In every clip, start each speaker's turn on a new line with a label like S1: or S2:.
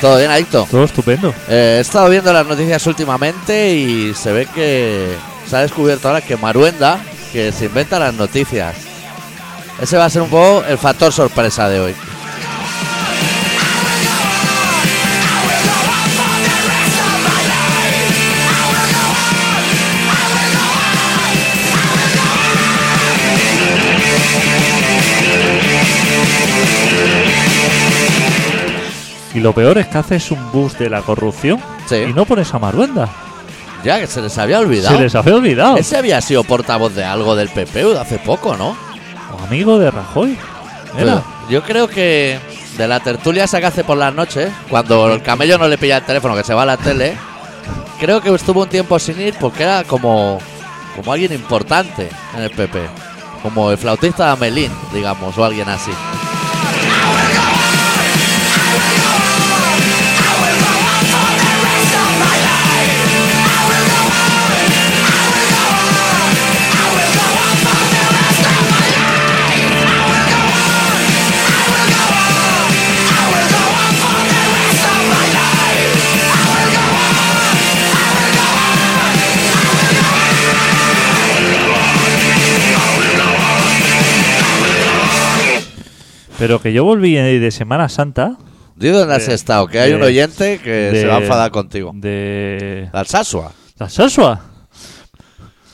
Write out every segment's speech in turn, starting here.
S1: ¿Todo bien, Adicto?
S2: Todo estupendo.
S1: Eh, he estado viendo las noticias últimamente y se ve que se ha descubierto ahora que Maruenda, que se inventa las noticias. Ese va a ser un poco el factor sorpresa de hoy.
S2: Y lo peor es que haces un bus de la corrupción
S1: Sí.
S2: y no pones a Maruenda.
S1: Ya que se les había olvidado.
S2: Se les había olvidado.
S1: Ese había sido portavoz de algo del PP de hace poco, ¿no?
S2: O Amigo de Rajoy. Era.
S1: Yo creo que de la tertulia esa que hace por las noches, cuando el camello no le pilla el teléfono, que se va a la tele, creo que estuvo un tiempo sin ir porque era como, como alguien importante en el PP. Como el flautista de Amelín, digamos, o alguien así.
S2: Pero que yo volví de Semana Santa.
S1: ¿De dónde has
S2: De-
S1: estado? Que hay
S2: de-
S1: un oyente que
S2: de-
S1: se va a enfadar contigo.
S2: De.
S1: La Alsasua.
S2: La Sasua.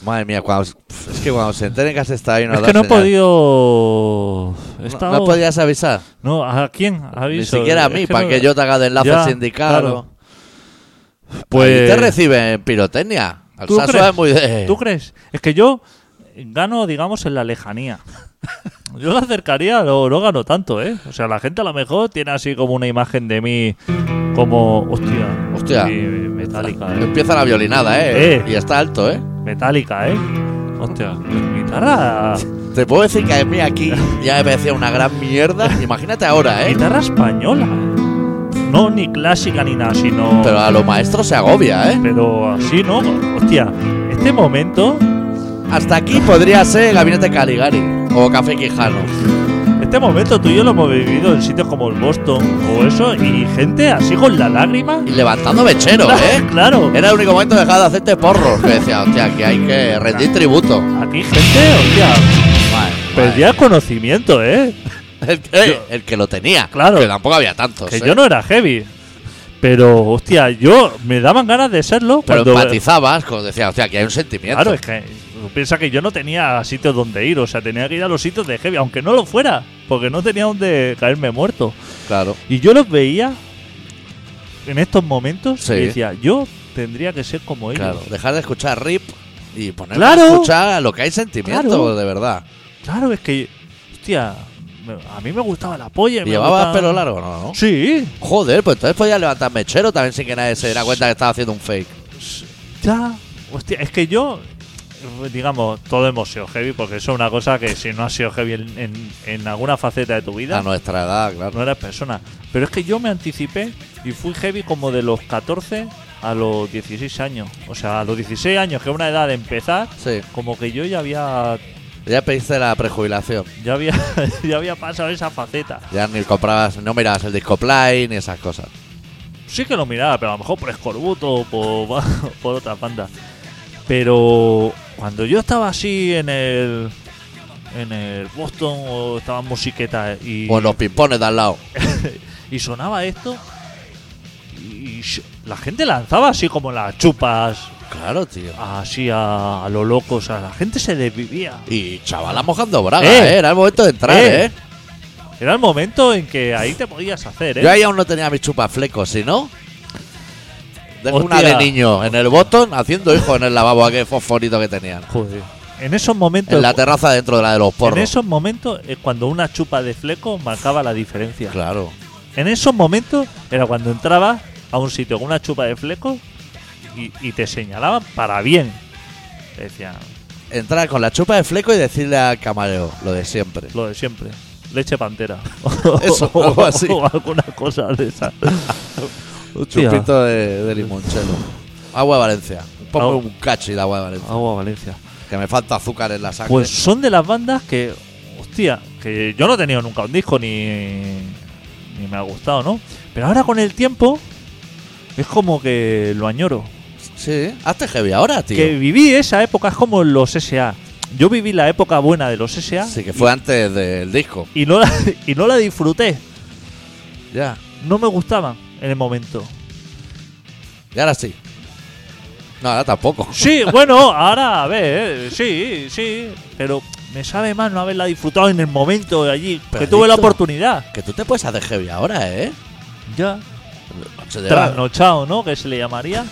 S1: Madre mía, cuando- pf, es que cuando se enteren que has estado ahí no
S2: es
S1: da
S2: que no he
S1: señal.
S2: podido. He
S1: No-
S2: estado-
S1: No, podías avisar.
S2: No, ¿a quién? Aviso.
S1: Ni siquiera a
S2: Es
S1: mí,
S2: que
S1: para
S2: no-
S1: que yo te haga de enlace
S2: Ya,
S1: sindical.
S2: claro.
S1: o- Ahí
S2: Pues.
S1: te reciben pirotecnia.
S2: ¿Tú
S1: Alsasua
S2: crees?
S1: es muy de.
S2: ¿Tú crees? Es que yo gano, digamos, en la lejanía. Yo la cercaría, no, no gano tanto, ¿eh? O sea, la gente a lo mejor tiene así como una imagen de mí como, hostia,
S1: Hostia.
S2: sí, metálica, ¿eh?
S1: Empieza la violinada, ¿eh?
S2: Eh.
S1: Y está alto, ¿eh?
S2: Metálica, ¿eh? Hostia, guitarra,
S1: Te puedo decir que a mí aquí ya me decía una gran mierda. Imagínate ahora, ¿eh?
S2: guitarra española. No ni clásica ni nada, sino...
S1: Pero a los maestros se agobia, ¿eh?
S2: pero así, ¿no? Hostia, este momento,
S1: Hasta aquí podría ser Gabinete Caligari o Café Quijano.
S2: este momento tú y yo lo hemos vivido en sitios como el Boston o eso, y gente así con la lágrima
S1: Y levantando mechero,
S2: Claro,
S1: ¿eh?
S2: Claro.
S1: Era el único momento de dejar de hacerte porros. Que decía, hostia, que hay que rendir tributo.
S2: Aquí gente, hostia,
S1: Vale, vale.
S2: perdía el conocimiento, ¿eh?
S1: El, que- el que lo tenía.
S2: Claro.
S1: Que tampoco había tantos.
S2: Que
S1: ¿eh?
S2: yo no era heavy. Pero, hostia, yo me daban ganas de serlo
S1: Pero
S2: cuando...
S1: empatizabas, cuando decías, hostia, que hay un sentimiento.
S2: Claro, es que tú piensas que yo no tenía sitios donde ir, o sea, tenía que ir a los sitios de heavy, aunque no lo fuera, porque no tenía donde caerme muerto.
S1: Claro.
S2: Y yo los veía en estos momentos
S1: Sí.
S2: y decía, yo tendría que ser como ellos.
S1: Claro, dejar de escuchar RIP y poner
S2: Claro.
S1: a escuchar lo que hay sentimiento,
S2: Claro.
S1: de verdad.
S2: Claro, es que, hostia, me- a mí me gustaba la polla. me
S1: ¿Llevabas
S2: gustaba-
S1: pelo largo no? no?
S2: Sí,
S1: Joder, pues entonces podías levantar mechero también sin que nadie se diera cuenta que estaba haciendo un fake.
S2: Ya, hostia, es que yo, digamos, todo hemos sido heavy, porque eso es una cosa que si no has sido heavy en, en- en alguna faceta de tu vida,
S1: A nuestra edad, claro.
S2: Ah, no eras persona. Pero es que yo me anticipé y fui heavy como de los 14 a los 16 años. O sea, a los 16 años, que es una edad de empezar,
S1: Sí,
S2: como que yo ya había,
S1: ya pediste la prejubilación.
S2: ya había, ya había pasado esa faceta.
S1: Ya ni comprabas, no mirabas el disco play ni esas cosas.
S2: Sí que lo miraba, pero a lo mejor por escorbuto o por, por otra banda. Pero cuando yo estaba así en el. En el Boston o estaba en musiqueta y,
S1: O en los pimpones de al lado.
S2: y sonaba esto, y sh- la gente lanzaba así como las chupas,
S1: Claro, tío.
S2: así a, a lo loco, o sea, la gente se desvivía.
S1: Y chavala mojando braga,
S2: Eh.
S1: ¿eh? Era el momento de entrar,
S2: Eh.
S1: ¿eh?
S2: Era el momento en que ahí te podías hacer, ¿eh?
S1: Yo ahí aún no tenía mis chupaflecos, si no. Tengo una de
S2: Hostia.
S1: niño en el botón haciendo hijo en el lavabo aquel fosforito que tenían.
S2: Joder. en esos momentos.
S1: En la terraza dentro de la de los
S2: en
S1: porros.
S2: esos momentos es cuando una chupa de fleco marcaba la diferencia.
S1: Claro.
S2: En esos momentos era cuando entrabas a un sitio con una chupa de fleco y, y te señalaban para bien. Te Decían
S1: Entrar con la chupa de fleco y decirle al camarero lo de siempre.
S2: lo de siempre, leche pantera.
S1: Eso, algo así.
S2: o alguna cosa de esa.
S1: Un
S2: Hostia.
S1: chupito de, de limonchelo. Agua de Valencia. Un poco
S2: Agua-
S1: un cachi de agua de Valencia.
S2: Agua Valencia.
S1: Que me falta azúcar en la sangre.
S2: Pues son de las bandas que, hostia, que yo no he tenido nunca un disco ni, ni me ha gustado, ¿no? Pero ahora con el tiempo es como que lo añoro.
S1: sí, hazte heavy ahora, tío.
S2: Que viví esa época, es como los SA. Yo viví la época buena de los SA
S1: Sí, que fue antes del disco.
S2: y, no la, y no la disfruté.
S1: Ya.
S2: No me gustaban en el momento.
S1: Y ahora sí. No, ahora tampoco.
S2: Sí, bueno, ahora a ver, eh, sí, sí, pero me sabe más no haberla disfrutado en el momento de allí, que
S1: Pedrito.
S2: tuve la oportunidad.
S1: Que tú te puedes hacer heavy ahora, ¿eh?
S2: Ya.
S1: Se te va-
S2: Trasnochado, ¿no? Que se le llamaría.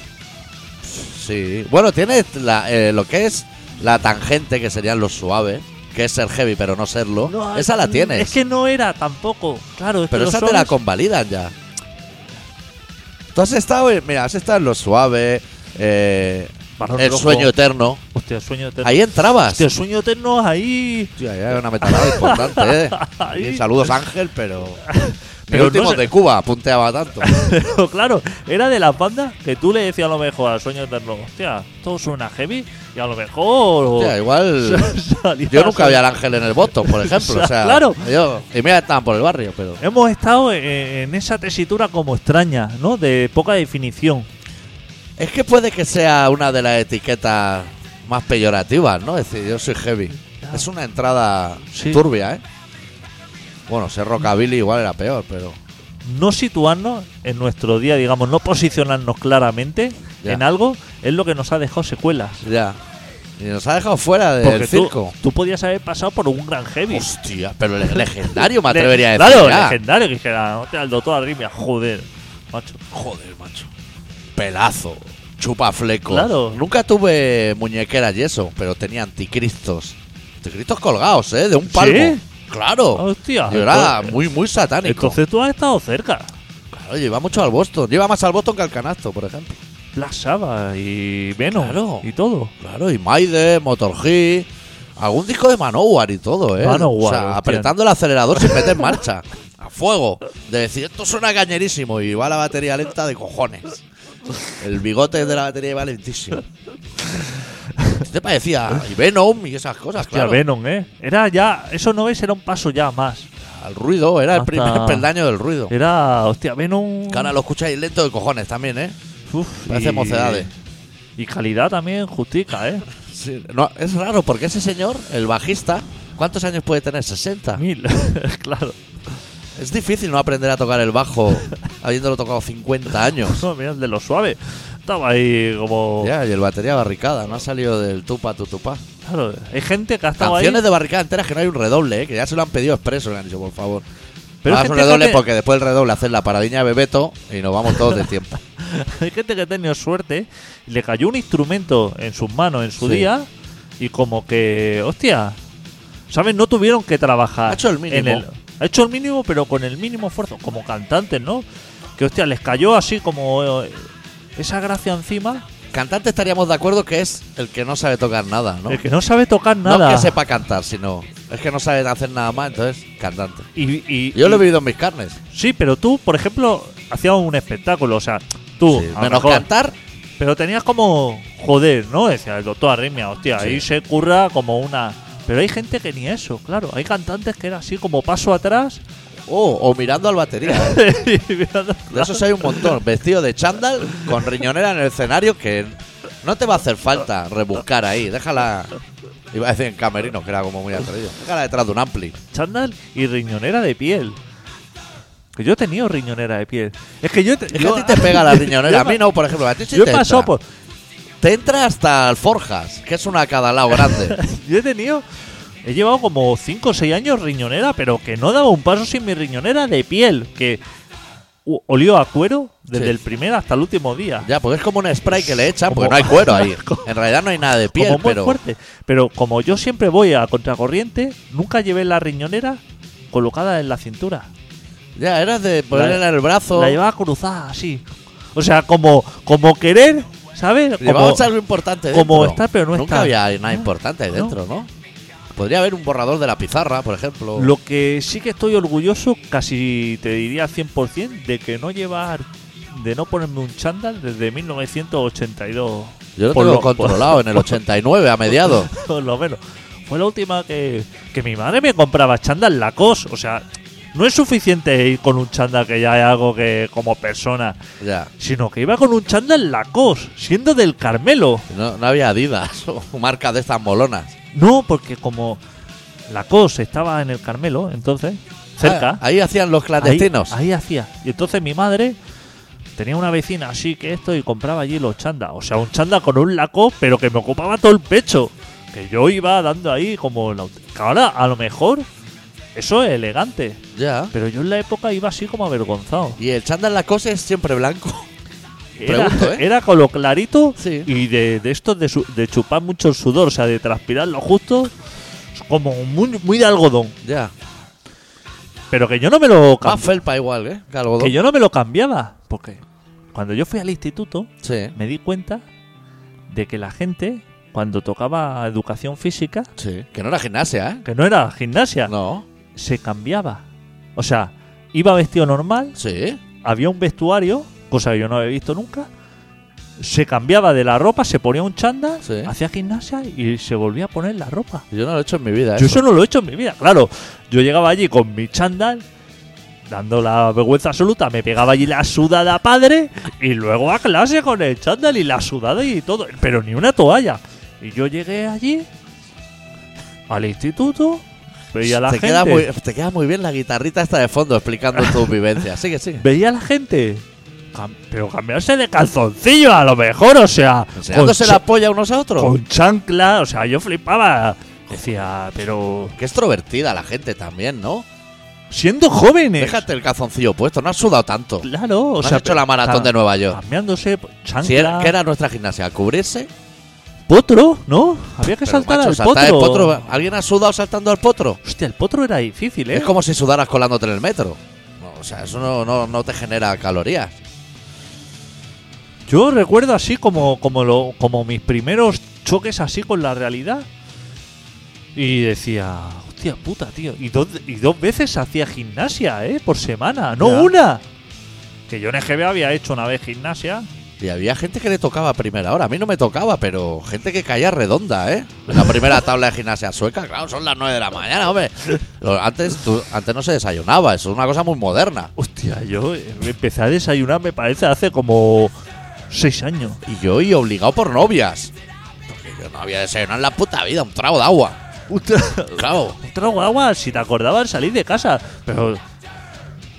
S1: Sí. Bueno, tienes la, eh, lo que es la tangente, que serían los suaves, que es ser heavy pero no serlo.
S2: No,
S1: esa la
S2: mm,
S1: tienes.
S2: Es que no era tampoco, claro. Es
S1: pero
S2: que los
S1: esa te la
S2: solos-
S1: convalidan ya. Tú has estado, en- mira, has estado en los suaves, eh,
S2: Barón
S1: el
S2: Rojo.
S1: sueño eterno.
S2: Hostia, el sueño eterno.
S1: Ahí entrabas.
S2: Hostia, el sueño eterno es ahí.
S1: Hostia, ya es una metalada importante, ¿eh?
S2: Ahí.
S1: Y saludos Ángel, pero... Pero
S2: Pero no
S1: último
S2: sé-
S1: de Cuba punteaba tanto.
S2: Pero claro, era de las bandas que tú le decías a lo mejor al sueño eterno, hostia, todo suena heavy y a lo mejor.
S1: Hostia, igual...
S2: salía
S1: Yo nunca
S2: así.
S1: vi al ángel en el Boston, por ejemplo. o sea,
S2: Claro.
S1: yo- y mira, estaban por el barrio, pero.
S2: Hemos estado en, en esa tesitura como extraña, ¿no? De poca definición.
S1: Es que puede que sea una de las etiquetas más peyorativas, ¿no? Es decir, yo soy heavy. Es una entrada
S2: Sí.
S1: turbia, ¿eh? Bueno, ser rockabilly igual era peor, pero.
S2: No situarnos en nuestro día, digamos, no posicionarnos claramente
S1: Ya.
S2: en algo, es lo que nos ha dejado secuelas.
S1: Ya. Y nos ha dejado fuera del
S2: Porque tú,
S1: circo.
S2: tú podías haber pasado por un gran heavy.
S1: Hostia, pero el legendario me atrevería a
S2: Le-
S1: decir.
S2: Claro,
S1: ya.
S2: legendario que dijera, hostia, el doctor Arrimia, joder, macho.
S1: Joder, macho. Pelazo. Chupa fleco.
S2: Claro.
S1: Nunca tuve muñequeras y eso, pero tenía anticristos. Anticristos colgados, ¿eh? De un palmo.
S2: ¿Sí?
S1: Claro.
S2: Hostia.
S1: Oh, Yo era
S2: entonces-
S1: muy, muy satánico.
S2: Entonces tú has estado cerca.
S1: Claro, lleva mucho al Boston. Lleva más al Boston que al canasto, por ejemplo.
S2: Black Sabbath y Venom
S1: Claro.
S2: y todo.
S1: Claro, y Maide, Motorhead. Algún disco de Manowar y todo, ¿eh?
S2: Manowar,
S1: o sea,
S2: hostia.
S1: apretando el acelerador sin meter marcha. A fuego. De decir, esto suena cañerísimo y va la batería lenta de cojones. El bigote de la batería iba lentísimo. ¿Te parecía? Y Venom y esas cosas,
S2: Hostia,
S1: claro.
S2: Venom, ¿eh? Era ya, eso no ves, era un paso ya más.
S1: El ruido, era el
S2: Hasta-
S1: primer peldaño del ruido.
S2: Era, hostia, Venom.
S1: Que ahora lo escucháis lento de cojones también, ¿eh?
S2: Uf,
S1: Parece mocedades.
S2: Y calidad también, justica, ¿eh?
S1: Sí, no, es raro porque ese señor, el bajista, ¿cuántos años puede tener? 60.
S2: Mil, claro.
S1: Es difícil no aprender a tocar el bajo habiéndolo tocado 50 años.
S2: No, mira, el de lo suave. Estaba ahí como.
S1: Ya, y el batería barricada, no ha salido del tupa tu tupa.
S2: Claro, hay gente que ha estado ahí.
S1: Canciones de barricada enteras que no hay un redoble, eh, que ya se lo han pedido expreso, le han dicho, por favor.
S2: Pero
S1: Pero
S2: es
S1: un
S2: que
S1: redoble
S2: fíjate-
S1: porque después del redoble hacer la paradiña de Bebeto y nos vamos todos de tiempo.
S2: Hay gente que ha tenido suerte, le cayó un instrumento en sus manos en su
S1: Sí.
S2: día y como que, hostia, ¿sabes? No tuvieron que trabajar.
S1: Ha hecho el mínimo.
S2: en ha hecho el mínimo, pero con el mínimo esfuerzo, como cantantes, ¿no? Que, hostia, les cayó así como eh, esa gracia encima.
S1: Cantante estaríamos de acuerdo que es el que no sabe tocar nada, ¿no?
S2: El que no sabe tocar nada.
S1: No que sepa cantar, sino es que no sabe hacer nada más, entonces cantante.
S2: Y- y-
S1: Yo lo he
S2: y-
S1: vivido en mis carnes.
S2: Sí, pero tú, por ejemplo, hacías un espectáculo, o sea, tú,
S1: Sí,
S2: a lo
S1: menos
S2: mejor,
S1: cantar,
S2: Pero tenías como joder, ¿no? Decía el doctor Arritmia, hostia,
S1: Sí.
S2: ahí se curra como una. Pero hay gente que ni eso, claro. Hay cantantes que era así como paso atrás.
S1: Oh, o mirando al batería. ¿eh?
S2: y mirando-
S1: De esos hay un montón. Vestido de chándal, con riñonera en el escenario, que no te va a hacer falta rebuscar ahí. Déjala. Iba a decir en camerino, que era como muy atrevido. Déjala detrás de un ampli.
S2: Chándal y riñonera de piel. Que yo he tenido riñonera de piel. Es que yo. te-
S1: Es que
S2: yo-
S1: a ti te pega la riñonera.
S2: yo
S1: A mí no, por ejemplo. A ti sí
S2: Yo he
S1: te
S2: pasado
S1: entra.
S2: por.
S1: Te entra hasta alforjas, que es una cadalao grande.
S2: Yo he tenido. He llevado como 5 o 6 años riñonera, pero que no daba un paso sin mi riñonera de piel. Que u- olió a cuero desde
S1: Sí.
S2: el primer hasta el último día.
S1: Ya, porque es como un spray que le echan,
S2: Como-
S1: porque no hay cuero ahí. En realidad no hay nada de piel,
S2: como muy
S1: pero.
S2: fuerte. Pero como yo siempre voy a contracorriente, nunca llevé la riñonera colocada en la cintura.
S1: Ya, eras de ponerle
S2: La-
S1: en el brazo.
S2: La llevaba cruzada así. O sea, como, como querer, ¿sabes?
S1: Llevabas
S2: Como,
S1: algo importante dentro.
S2: como estar, pero no
S1: Nunca
S2: estar.
S1: había nada importante ahí
S2: No.
S1: dentro, ¿no? Podría haber un borrador de la pizarra, por ejemplo.
S2: Lo que sí que estoy orgulloso, casi te diría 100%, de que no llevar, de no ponerme un chándal desde 1982.
S1: Yo lo
S2: por
S1: tengo
S2: lo- por-
S1: controlado en el 89, a mediados.
S2: Por lo menos. Fue la última que, que mi madre me compraba chándal lacos. O sea, no es suficiente ir con un chándal que ya es algo que como persona,
S1: Ya.
S2: sino que iba con un chándal lacos, siendo del Carmelo.
S1: No, no había Adidas o marcas de estas molonas.
S2: No, porque como Lacoste estaba en el Carmelo, entonces, cerca.
S1: Ah, ahí hacían los clandestinos.
S2: Ahí, ahí hacía. Y entonces mi madre tenía una vecina así que esto y compraba allí los chandas. O sea, un chanda con un laco, pero que me ocupaba todo el pecho. Que yo iba dando ahí como la. aut- que ahora a lo mejor eso es elegante.
S1: Ya.
S2: Pero yo en la época iba así como avergonzado.
S1: Y el chándal Lacoste es siempre blanco.
S2: Era,
S1: Pregunto, ¿eh?
S2: era con lo clarito
S1: Sí.
S2: y de, de esto de, su- de chupar mucho el sudor, o sea, de transpirar lo justo, es como muy, muy de algodón.
S1: Ya.
S2: Pero que yo no me lo
S1: Más
S2: cambiaba.
S1: felpa igual, ¿eh? Que algodón.
S2: Que yo no me lo cambiaba. Porque cuando yo fui al instituto,
S1: Sí,
S2: me di cuenta de que la gente, cuando tocaba educación física,
S1: sí. Que no era gimnasia, ¿eh?
S2: que no era gimnasia,
S1: No.
S2: se cambiaba. O sea, iba vestido normal,
S1: Sí.
S2: había un vestuario, cosa que yo no había visto nunca, se cambiaba de la ropa, se ponía un chándal,
S1: Sí.
S2: hacía gimnasia y se volvía a poner la ropa.
S1: Yo no lo he hecho en mi vida.
S2: Yo
S1: eso.
S2: eso no lo he hecho en mi vida, claro. Yo llegaba allí con mi chándal, dando la vergüenza absoluta, me pegaba allí la sudada padre y luego a clase con el chándal y la sudada y todo, pero ni una toalla. Y yo llegué allí al instituto, veía a la
S1: te,
S2: gente,
S1: Queda muy, te queda muy bien la guitarrita esta de fondo explicando tus vivencias. Sigue, sigue.
S2: veía a la gente, cam- pero cambiarse de calzoncillo a lo mejor, o sea, con,
S1: Enseñándose la
S2: cha-
S1: polla unos a otros.
S2: con chancla, o sea, yo flipaba. Decía, pero
S1: Que extrovertida la gente también, ¿no?
S2: siendo jóvenes.
S1: Déjate el calzoncillo puesto, no has sudado tanto.
S2: Claro, o
S1: No has
S2: sea,
S1: hecho la maratón
S2: ca-
S1: de Nueva York.
S2: Cambiándose, pues, chancla,
S1: Si era, que era nuestra gimnasia, cubrirse.
S2: potro, ¿no? Había que
S1: Pero,
S2: saltar
S1: macho,
S2: al potro.
S1: saltar el potro. ¿Alguien ha sudado saltando al potro?
S2: Hostia, el potro era difícil, ¿eh?
S1: Es como si sudaras colándote en el metro. No, o sea, eso no, no, no te genera calorías.
S2: Yo recuerdo así como, como, lo, como mis primeros choques así con la realidad. Y decía, hostia puta, tío. Y dos, y dos veces hacía gimnasia, ¿eh? Por semana, no
S1: Ya.
S2: una. Que yo en EGB había hecho una vez gimnasia.
S1: Y había gente que le tocaba a primera hora. A mí no me tocaba, pero gente que caía redonda, ¿eh? En la primera tabla de gimnasia sueca, claro, son las 9 de la mañana, hombre. Lo- Antes, tú- antes no se desayunaba, eso es una cosa muy moderna.
S2: Hostia, yo eh, empecé a desayunar, me parece, hace como seis años.
S1: Y yo, y obligado por novias. Porque yo no había desayunado en la puta vida, un trago de agua. Claro,
S2: Un trago de agua si te acordabas salir de casa. Pero.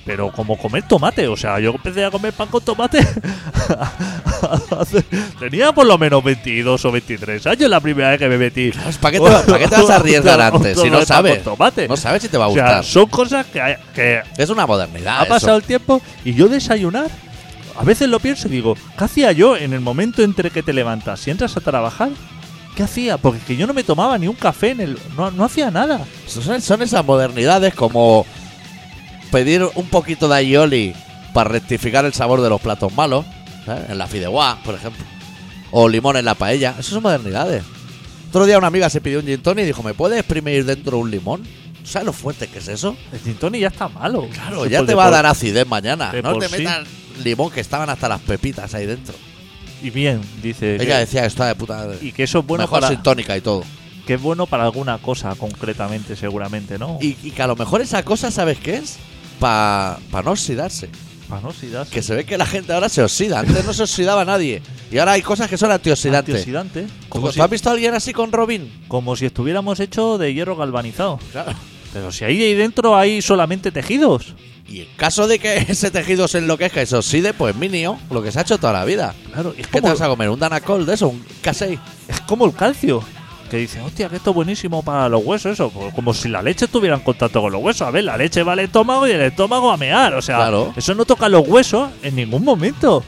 S2: Pero como comer tomate, o sea, yo empecé a comer pan con tomate. Tenía por lo menos 22 o 23 años la primera vez que me metí.
S1: ¿para qué, te, para qué te vas a arriesgar antes si no sabes?
S2: Con tomate.
S1: No sabes si te va a
S2: o sea,
S1: gustar.
S2: son cosas que, hay- que
S1: Es una modernidad.
S2: ha
S1: eso.
S2: pasado el tiempo y yo desayunar, a veces lo pienso y digo, ¿qué hacía yo en el momento entre que te levantas y entras a trabajar? ¿Qué hacía? Porque es que yo no me tomaba ni un café en el. No, no hacía nada.
S1: Son, son esas modernidades como pedir un poquito de aioli para rectificar el sabor de los platos malos, ¿sabes? en la fideuá, por ejemplo, o limón en la paella. Esas son modernidades. Otro día una amiga se pidió un gin tonic y dijo, ¿me puedes exprimir dentro un limón? ¿Sabes lo fuerte que es eso?
S2: El gin tonic ya está malo.
S1: Claro,
S2: Sí,
S1: ya
S2: pues
S1: te
S2: de
S1: va a
S2: por-
S1: dar acidez mañana.
S2: de
S1: No
S2: por
S1: te
S2: sí.
S1: metas limón que estaban hasta las pepitas ahí dentro.
S2: Y bien, dice.
S1: Ella
S2: que-
S1: decía que estaba de puta madre.
S2: y que eso es bueno
S1: Mejor
S2: para.
S1: sin tónica y todo.
S2: Que es bueno para alguna cosa concretamente, seguramente, ¿no?
S1: Y, y que a lo mejor esa cosa, ¿sabes qué es? Para no oxidarse.
S2: para no oxidarse.
S1: Que se ve que la gente ahora se oxida. Antes no se oxidaba nadie. Y ahora hay cosas que son antioxidantes.
S2: Antioxidante.
S1: Como
S2: Como,
S1: ¿Tú
S2: si,
S1: has visto a alguien así con Robin?
S2: como si estuviéramos hecho de hierro galvanizado.
S1: Claro.
S2: Pero si ahí, ahí dentro hay solamente tejidos.
S1: Y en caso de que ese tejido se enloquezca y se oxide, pues mínimo, lo que se ha hecho toda la vida.
S2: Claro, es
S1: ¿Qué te
S2: como,
S1: vas a comer? ¿Un Danacol de eso? ¿Un K6?
S2: es como el calcio. que dicen, hostia, que esto es buenísimo para los huesos, eso. Pues como si la leche estuviera en contacto con los huesos. A ver, la leche va al estómago y el estómago a mear. O sea,
S1: Claro.
S2: eso no toca los huesos en ningún momento.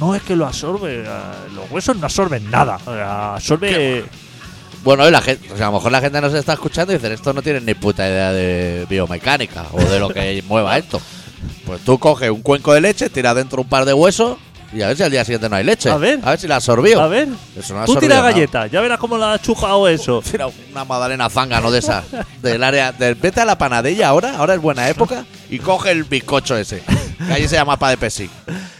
S2: No es que lo absorbe. eh, Los huesos no absorben nada. O sea, Absorbe.
S1: Bueno, y la gente, o sea, a lo mejor la gente nos está escuchando y dicen, esto no tienen ni puta idea de biomecánica o de lo que mueva esto. Pues tú coges un cuenco de leche, tiras dentro un par de huesos y a ver si al día siguiente no hay leche.
S2: A ver.
S1: A ver si la absorbió.
S2: A ver,
S1: Eso no ha
S2: tú
S1: absorbido
S2: tiras
S1: nada.
S2: galletas, ya verás cómo la ha chujado eso.
S1: Tira una magdalena zanga, no de esas. Del área. del- vete a la panadilla ahora, ahora es buena época, y coge el bizcocho ese. Que allí se llama pa de pesí.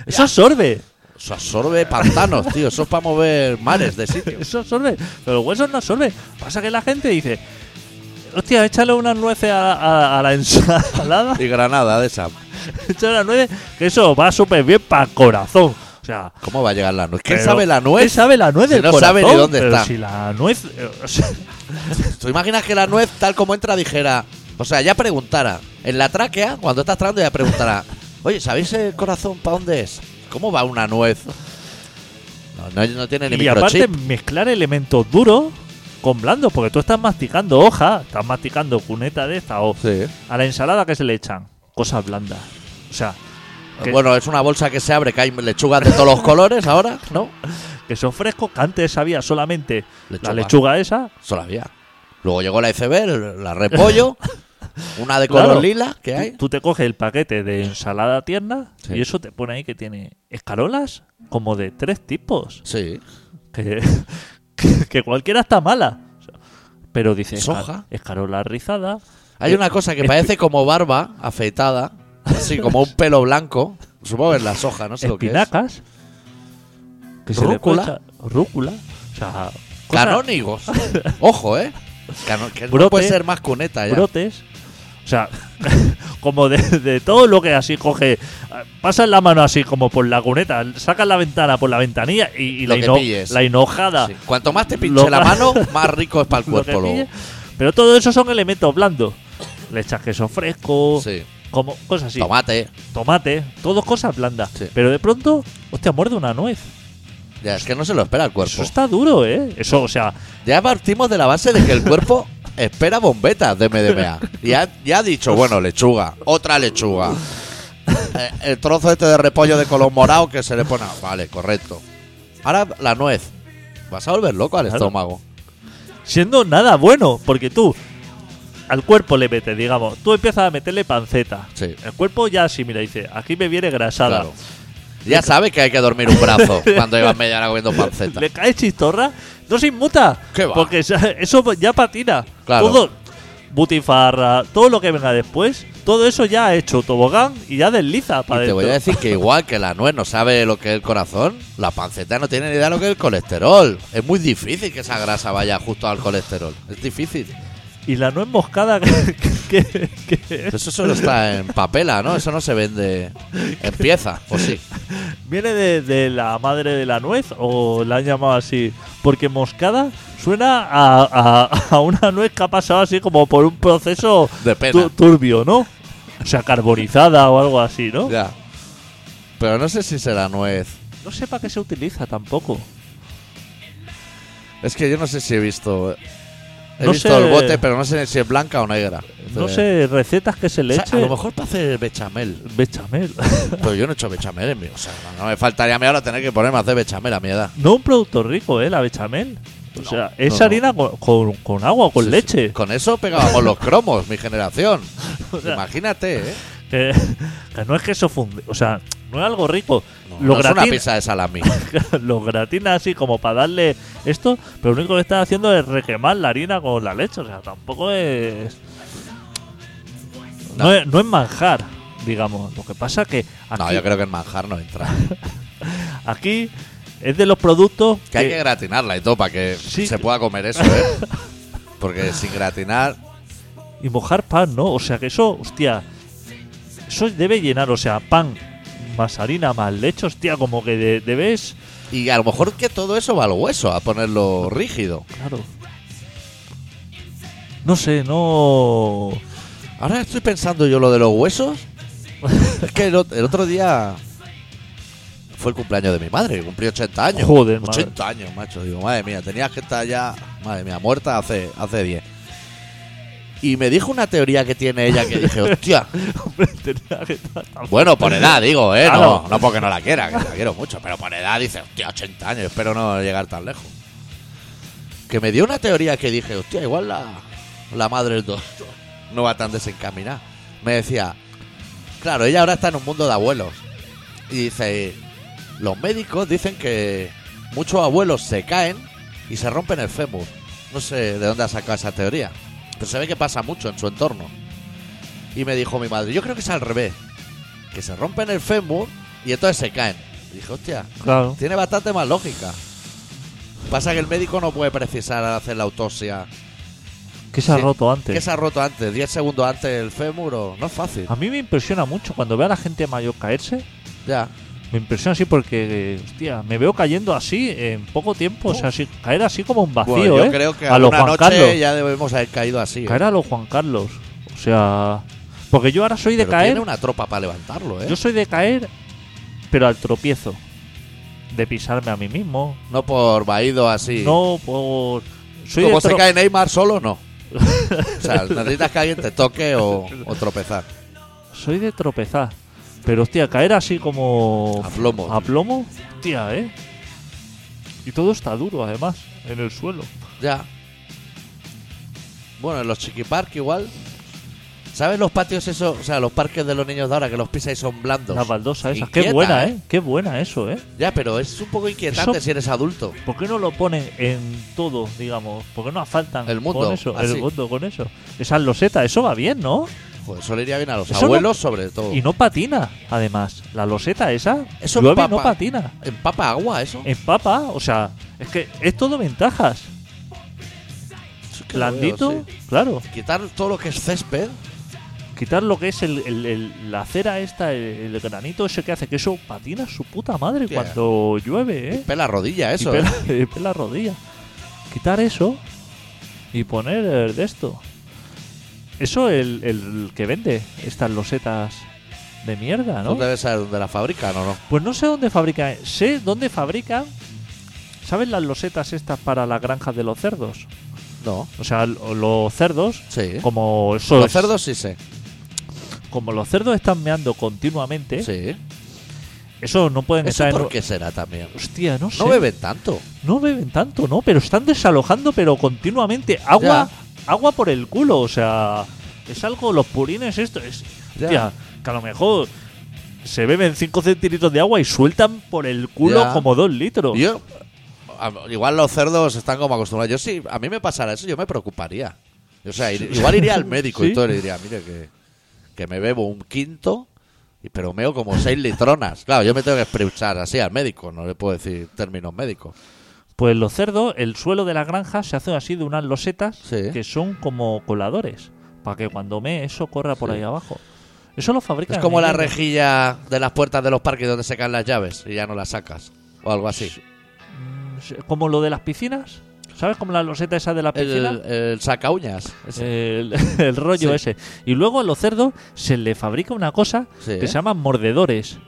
S2: Eso absorbe.
S1: Eso absorbe pantanos, tío. Eso es para mover mares de sitio.
S2: Eso absorbe. Pero los huesos no absorbe. Pasa que la gente dice: Hostia, échale unas nueces a, a- a la ensalada.
S1: Y granada de esa.
S2: échale unas nueces. Que eso va súper bien para el corazón. O sea.
S1: ¿Cómo va a llegar la nuez? ¿Quién
S2: pero-
S1: sabe la
S2: ¿Quién
S1: nuez?
S2: sabe la nuez
S1: Si
S2: del
S1: no
S2: corazón?
S1: sabe ni dónde
S2: Pero
S1: está.
S2: Si la nuez. eh, o sea,
S1: ¿Tú imaginas que la nuez, tal como entra, dijera. O sea, ya preguntara. En la tráquea, cuando estás tragando, ya preguntará. Oye, ¿sabéis el corazón para dónde es? ¿Cómo va una nuez? No, no- no tiene ni
S2: y aparte,
S1: microchip.
S2: mezclar elementos duros con blandos. Porque tú estás masticando hoja, estás masticando cuneta de esta o
S1: Sí.
S2: a la ensalada que se le echan cosas blandas. O sea, que-
S1: Bueno, es una bolsa que se abre, que hay lechugas de todos los colores ahora, ¿no?
S2: que son frescos, que antes había solamente
S1: Lechuga.
S2: la lechuga esa.
S1: Eso la había. Luego llegó la iceberg, la repollo, una de color
S2: Claro.
S1: lila que
S2: Tú-
S1: hay.
S2: Tú te coges el paquete de ensalada tierna
S1: Sí.
S2: y eso te pone ahí que tiene escarolas como de tres tipos.
S1: Sí.
S2: Que, que, que cualquiera está mala. Pero dice esca-
S1: Soja.
S2: escarola rizada. Eh,
S1: Hay una cosa que
S2: Espi-
S1: parece como barba afeitada, así como un pelo blanco. Supongo que es la soja, no sé lo que es.
S2: espinacas. Que se le puede
S1: Rúcula.
S2: echar- rúcula. O sea, cosas-
S1: Canónigos. Ojo, ¿eh? Cano- que no
S2: Brote.
S1: puede ser más cuneta ya.
S2: brotes. O sea, como de, de todo lo que así coge. Pasas la mano así como por la cuneta, sacas la ventana por la ventanilla y, y
S1: Lo
S2: la,
S1: que
S2: hino-
S1: pilles.
S2: la hinojada.
S1: Sí. Cuanto más te pinche
S2: Lo-
S1: la mano, más rico es para el
S2: lo que
S1: cuerpo luego.
S2: pilles. Pero todo eso son elementos blandos. Le echas queso fresco,
S1: Sí.
S2: como cosas así.
S1: Tomate.
S2: Tomate, todo cosas blandas.
S1: Sí.
S2: Pero de pronto, hostia, muerde una nuez.
S1: Ya, es que no se lo espera el cuerpo.
S2: Eso está duro, ¿eh? Eso, o sea,
S1: Ya partimos de la base de que el cuerpo espera bombetas de MDMA. Y ha, ya ha dicho, bueno, lechuga, otra lechuga. Eh, el trozo este de repollo de color morado que se le pone. ah, Vale, correcto. Ahora la nuez. Vas a volver loco al
S2: Claro.
S1: estómago.
S2: siendo nada bueno, porque tú al cuerpo le metes, digamos, tú empiezas a meterle panceta.
S1: Sí.
S2: El cuerpo ya asimila, dice, aquí me viene grasada.
S1: Claro. Ya sabes que hay que dormir un brazo cuando llevas media hora comiendo panceta.
S2: Le cae chistorra, no se inmuta.
S1: ¿Qué va?
S2: Porque esa- eso ya patina.
S1: Claro.
S2: Todo, butifarra, todo lo que venga después, todo eso ya ha hecho tobogán y ya desliza para
S1: Y te voy a decir que igual que la nuez no sabe lo que es el corazón, la panceta no tiene ni idea lo que es el colesterol. Es muy difícil que esa grasa vaya justo al colesterol. Es difícil.
S2: Y la nuez moscada que, que- que
S1: Pero eso solo está en papela, ¿no? Eso no se vende en pieza, ¿o sí?
S2: viene de, de la madre de la nuez o la han llamado así. Porque moscada suena a, a- a una nuez que ha pasado así como por un proceso
S1: De pena.
S2: tu- turbio, ¿no? O sea, carbonizada o algo así, ¿no?
S1: Ya. Pero no sé si será nuez.
S2: No sé para qué se utiliza tampoco.
S1: Es que yo no sé si he visto... He
S2: No
S1: visto
S2: sé.
S1: el bote, pero no sé si es blanca o negra.
S2: No
S1: Entonces-
S2: sé, recetas que se le
S1: O sea,
S2: eche.
S1: a lo mejor para hacer bechamel.
S2: Bechamel.
S1: Pero yo no he hecho bechamel en mi... O sea, no me faltaría a mí ahora tener que ponerme a hacer bechamel a mi edad.
S2: no un producto rico, ¿eh? La bechamel. O sea, es
S1: no, no.
S2: harina con, con- con agua, con
S1: Sí, sí.
S2: leche.
S1: Con eso pegábamos los cromos, mi generación.
S2: O sea,
S1: Imagínate, ¿eh?
S2: Que, que no es que eso funde. O sea, no es algo rico.
S1: No,
S2: lo,
S1: no es una
S2: gratina,
S1: pizza de salami.
S2: lo gratina así como para darle esto, pero lo único que está haciendo es requemar la harina con la leche. O sea, tampoco es. No,
S1: No.
S2: es, no es manjar, digamos. Lo que pasa que aquí,
S1: No, yo creo que el manjar no entra.
S2: aquí es de los productos
S1: Que hay que gratinarla y todo para que
S2: Sí.
S1: se pueda comer eso, ¿eh? Porque sin gratinar.
S2: Y mojar pan, ¿no? O sea que eso, hostia, eso debe llenar, o sea, pan más harina más leche, hostia, como que de- debes,
S1: Y a lo mejor que todo eso va al hueso, a ponerlo rígido.
S2: claro. No sé, no.
S1: Ahora estoy pensando yo lo de los huesos. Es que el, ot- el otro día. fue el cumpleaños de mi madre, que cumplió 80 años.
S2: Joder, madre.
S1: 80 años, macho. Digo, madre mía, tenías que estar ya, madre mía, muerta hace, hace 10. Y me dijo una teoría que tiene ella que dije, hostia,
S2: Hombre, tenía que estar tan-
S1: bueno, por edad, digo, ¿eh?
S2: Claro.
S1: No, no porque no la quiera, que la quiero mucho, pero por edad dice, hostia, 80 años, espero no llegar tan lejos. Que me dio una teoría que dije, hostia, igual la, la madre del doctor no va tan desencaminada. Me decía, claro, ella ahora está en un mundo de abuelos. Y dice, los médicos dicen que muchos abuelos se caen y se rompen el fémur. No sé de dónde ha sacado esa teoría, pero se ve que pasa mucho en su entorno. Y me dijo mi madre, yo creo que es al revés que se rompen el fémur y entonces se caen. Y dije, hostia,
S2: Claro.
S1: tiene bastante más lógica. Pasa que el médico no puede precisar al hacer la autopsia.
S2: Que se ha
S1: Sí.
S2: roto antes.
S1: ¿Qué se ha roto antes? ¿10 segundos antes el fémur o no es fácil?
S2: A mí me impresiona mucho cuando veo a la gente mayor caerse.
S1: Ya.
S2: Me impresiona así porque, eh, hostia, me veo cayendo así en poco tiempo. O sea, así, caer así como un vacío,
S1: bueno, yo
S2: ¿eh?
S1: creo que
S2: a los
S1: alguna
S2: Juan
S1: noche
S2: Carlos.
S1: ya debemos haber caído así. ¿eh?
S2: Caer a los Juan Carlos. O sea, porque yo ahora soy de
S1: Pero
S2: caer.
S1: tiene una tropa para levantarlo, ¿eh?
S2: Yo soy de caer, pero al tropiezo. De pisarme a mí mismo.
S1: No por vaído así.
S2: No por. Soy
S1: Como
S2: de
S1: se
S2: tro-
S1: cae Neymar solo, no. o sea, necesitas que alguien te toque o, o tropezar.
S2: Soy de tropezar. Pero hostia, caer así como.
S1: A plomo.
S2: A plomo. Hostia, eh. Y todo está duro además, en el suelo.
S1: Ya. Bueno, en los chiquiparques igual. ¿Sabes los patios esos? O sea, los parques de los niños de ahora que los pisas y son blandos.
S2: La baldosa esa. Qué
S1: Inquieta,
S2: buena,
S1: ¿eh?
S2: eh. Qué buena eso, eh.
S1: Ya, pero es un poco inquietante
S2: Eso-
S1: si eres adulto.
S2: ¿Por qué no lo ponen en todo, digamos? ¿Por qué no asfaltan
S1: El mundo,
S2: con eso?
S1: así.
S2: El mundo con eso. Esas losetas, eso va bien, ¿no?
S1: Joder, eso le iría bien a los
S2: Eso no-
S1: abuelos, sobre todo.
S2: Y no patina, además. La loseta esa
S1: Oh. Eso
S2: llueve y
S1: empapa.
S2: no patina.
S1: ¿Empapa agua eso?
S2: Empapa, o sea, es que es todo ventajas.
S1: Eso es que lo veo,
S2: Blandito,
S1: sí.
S2: claro.
S1: Quitar todo lo que es césped.
S2: Quitar lo que es el, el- el- la cera esta, el, el granito ese que hace que eso patina su puta madre
S1: Hostia.
S2: cuando llueve, ¿eh?
S1: Pela rodilla, eso.
S2: y
S1: ¿eh?
S2: pela, y pela rodilla. Quitar eso y poner el de esto. Eso el, el que vende estas losetas de mierda,
S1: No
S2: ¿no?
S1: ¿eh? debe ser de la fábrica, no, no.
S2: Pues no sé dónde fabrican. Sé dónde fabrican. ¿Sabes las losetas estas para las granjas de los cerdos?
S1: No.
S2: O sea, lo- los cerdos,
S1: Sí.
S2: como eso
S1: Los
S2: es-
S1: cerdos sí sé.
S2: como los cerdos están meando continuamente,
S1: Sí.
S2: eso no pueden
S1: ¿Eso
S2: estar ¿Eh? en-
S1: por qué será también?
S2: Hostia, no sé.
S1: No beben tanto.
S2: No beben tanto, ¿no? Pero están desalojando, pero continuamente. Agua, agua por el culo, o sea. Es algo, los purines, esto es.
S1: Ya.
S2: Hostia, que a lo mejor se beben 5 centilitros de agua y sueltan por el culo
S1: Ya.
S2: como 2 litros.
S1: Yo, a- igual los cerdos están como acostumbrados. Yo sí, a mí me pasara eso, yo me preocuparía. O sea, ir- igual iría al médico
S2: Sí.
S1: y todo le diría, mire que, que me bebo un quinto, y- pero meo como seis litronas. Claro, yo me tengo que expresar así al médico, no le puedo decir términos médicos.
S2: Pues los cerdos, el suelo de la granja se hace así de unas losetas
S1: Sí.
S2: que son como coladores, para que cuando me eso corra por
S1: Sí.
S2: ahí abajo. Eso lo fabrican.
S1: Es como
S2: en
S1: la
S2: Irlanda.
S1: rejilla de las puertas de los parques donde se caen las llaves y ya no las sacas, o algo así.
S2: Mm, sí, Como lo de las piscinas. ¿Sabes? Como la loseta esa de la
S1: El,
S2: piscina. Eh,
S1: el sacauñas. ese.
S2: El, el rollo
S1: Sí.
S2: ese. Y luego a los cerdos se le fabrica una cosa
S1: Sí,
S2: que
S1: ¿eh?
S2: se llaman mordedores.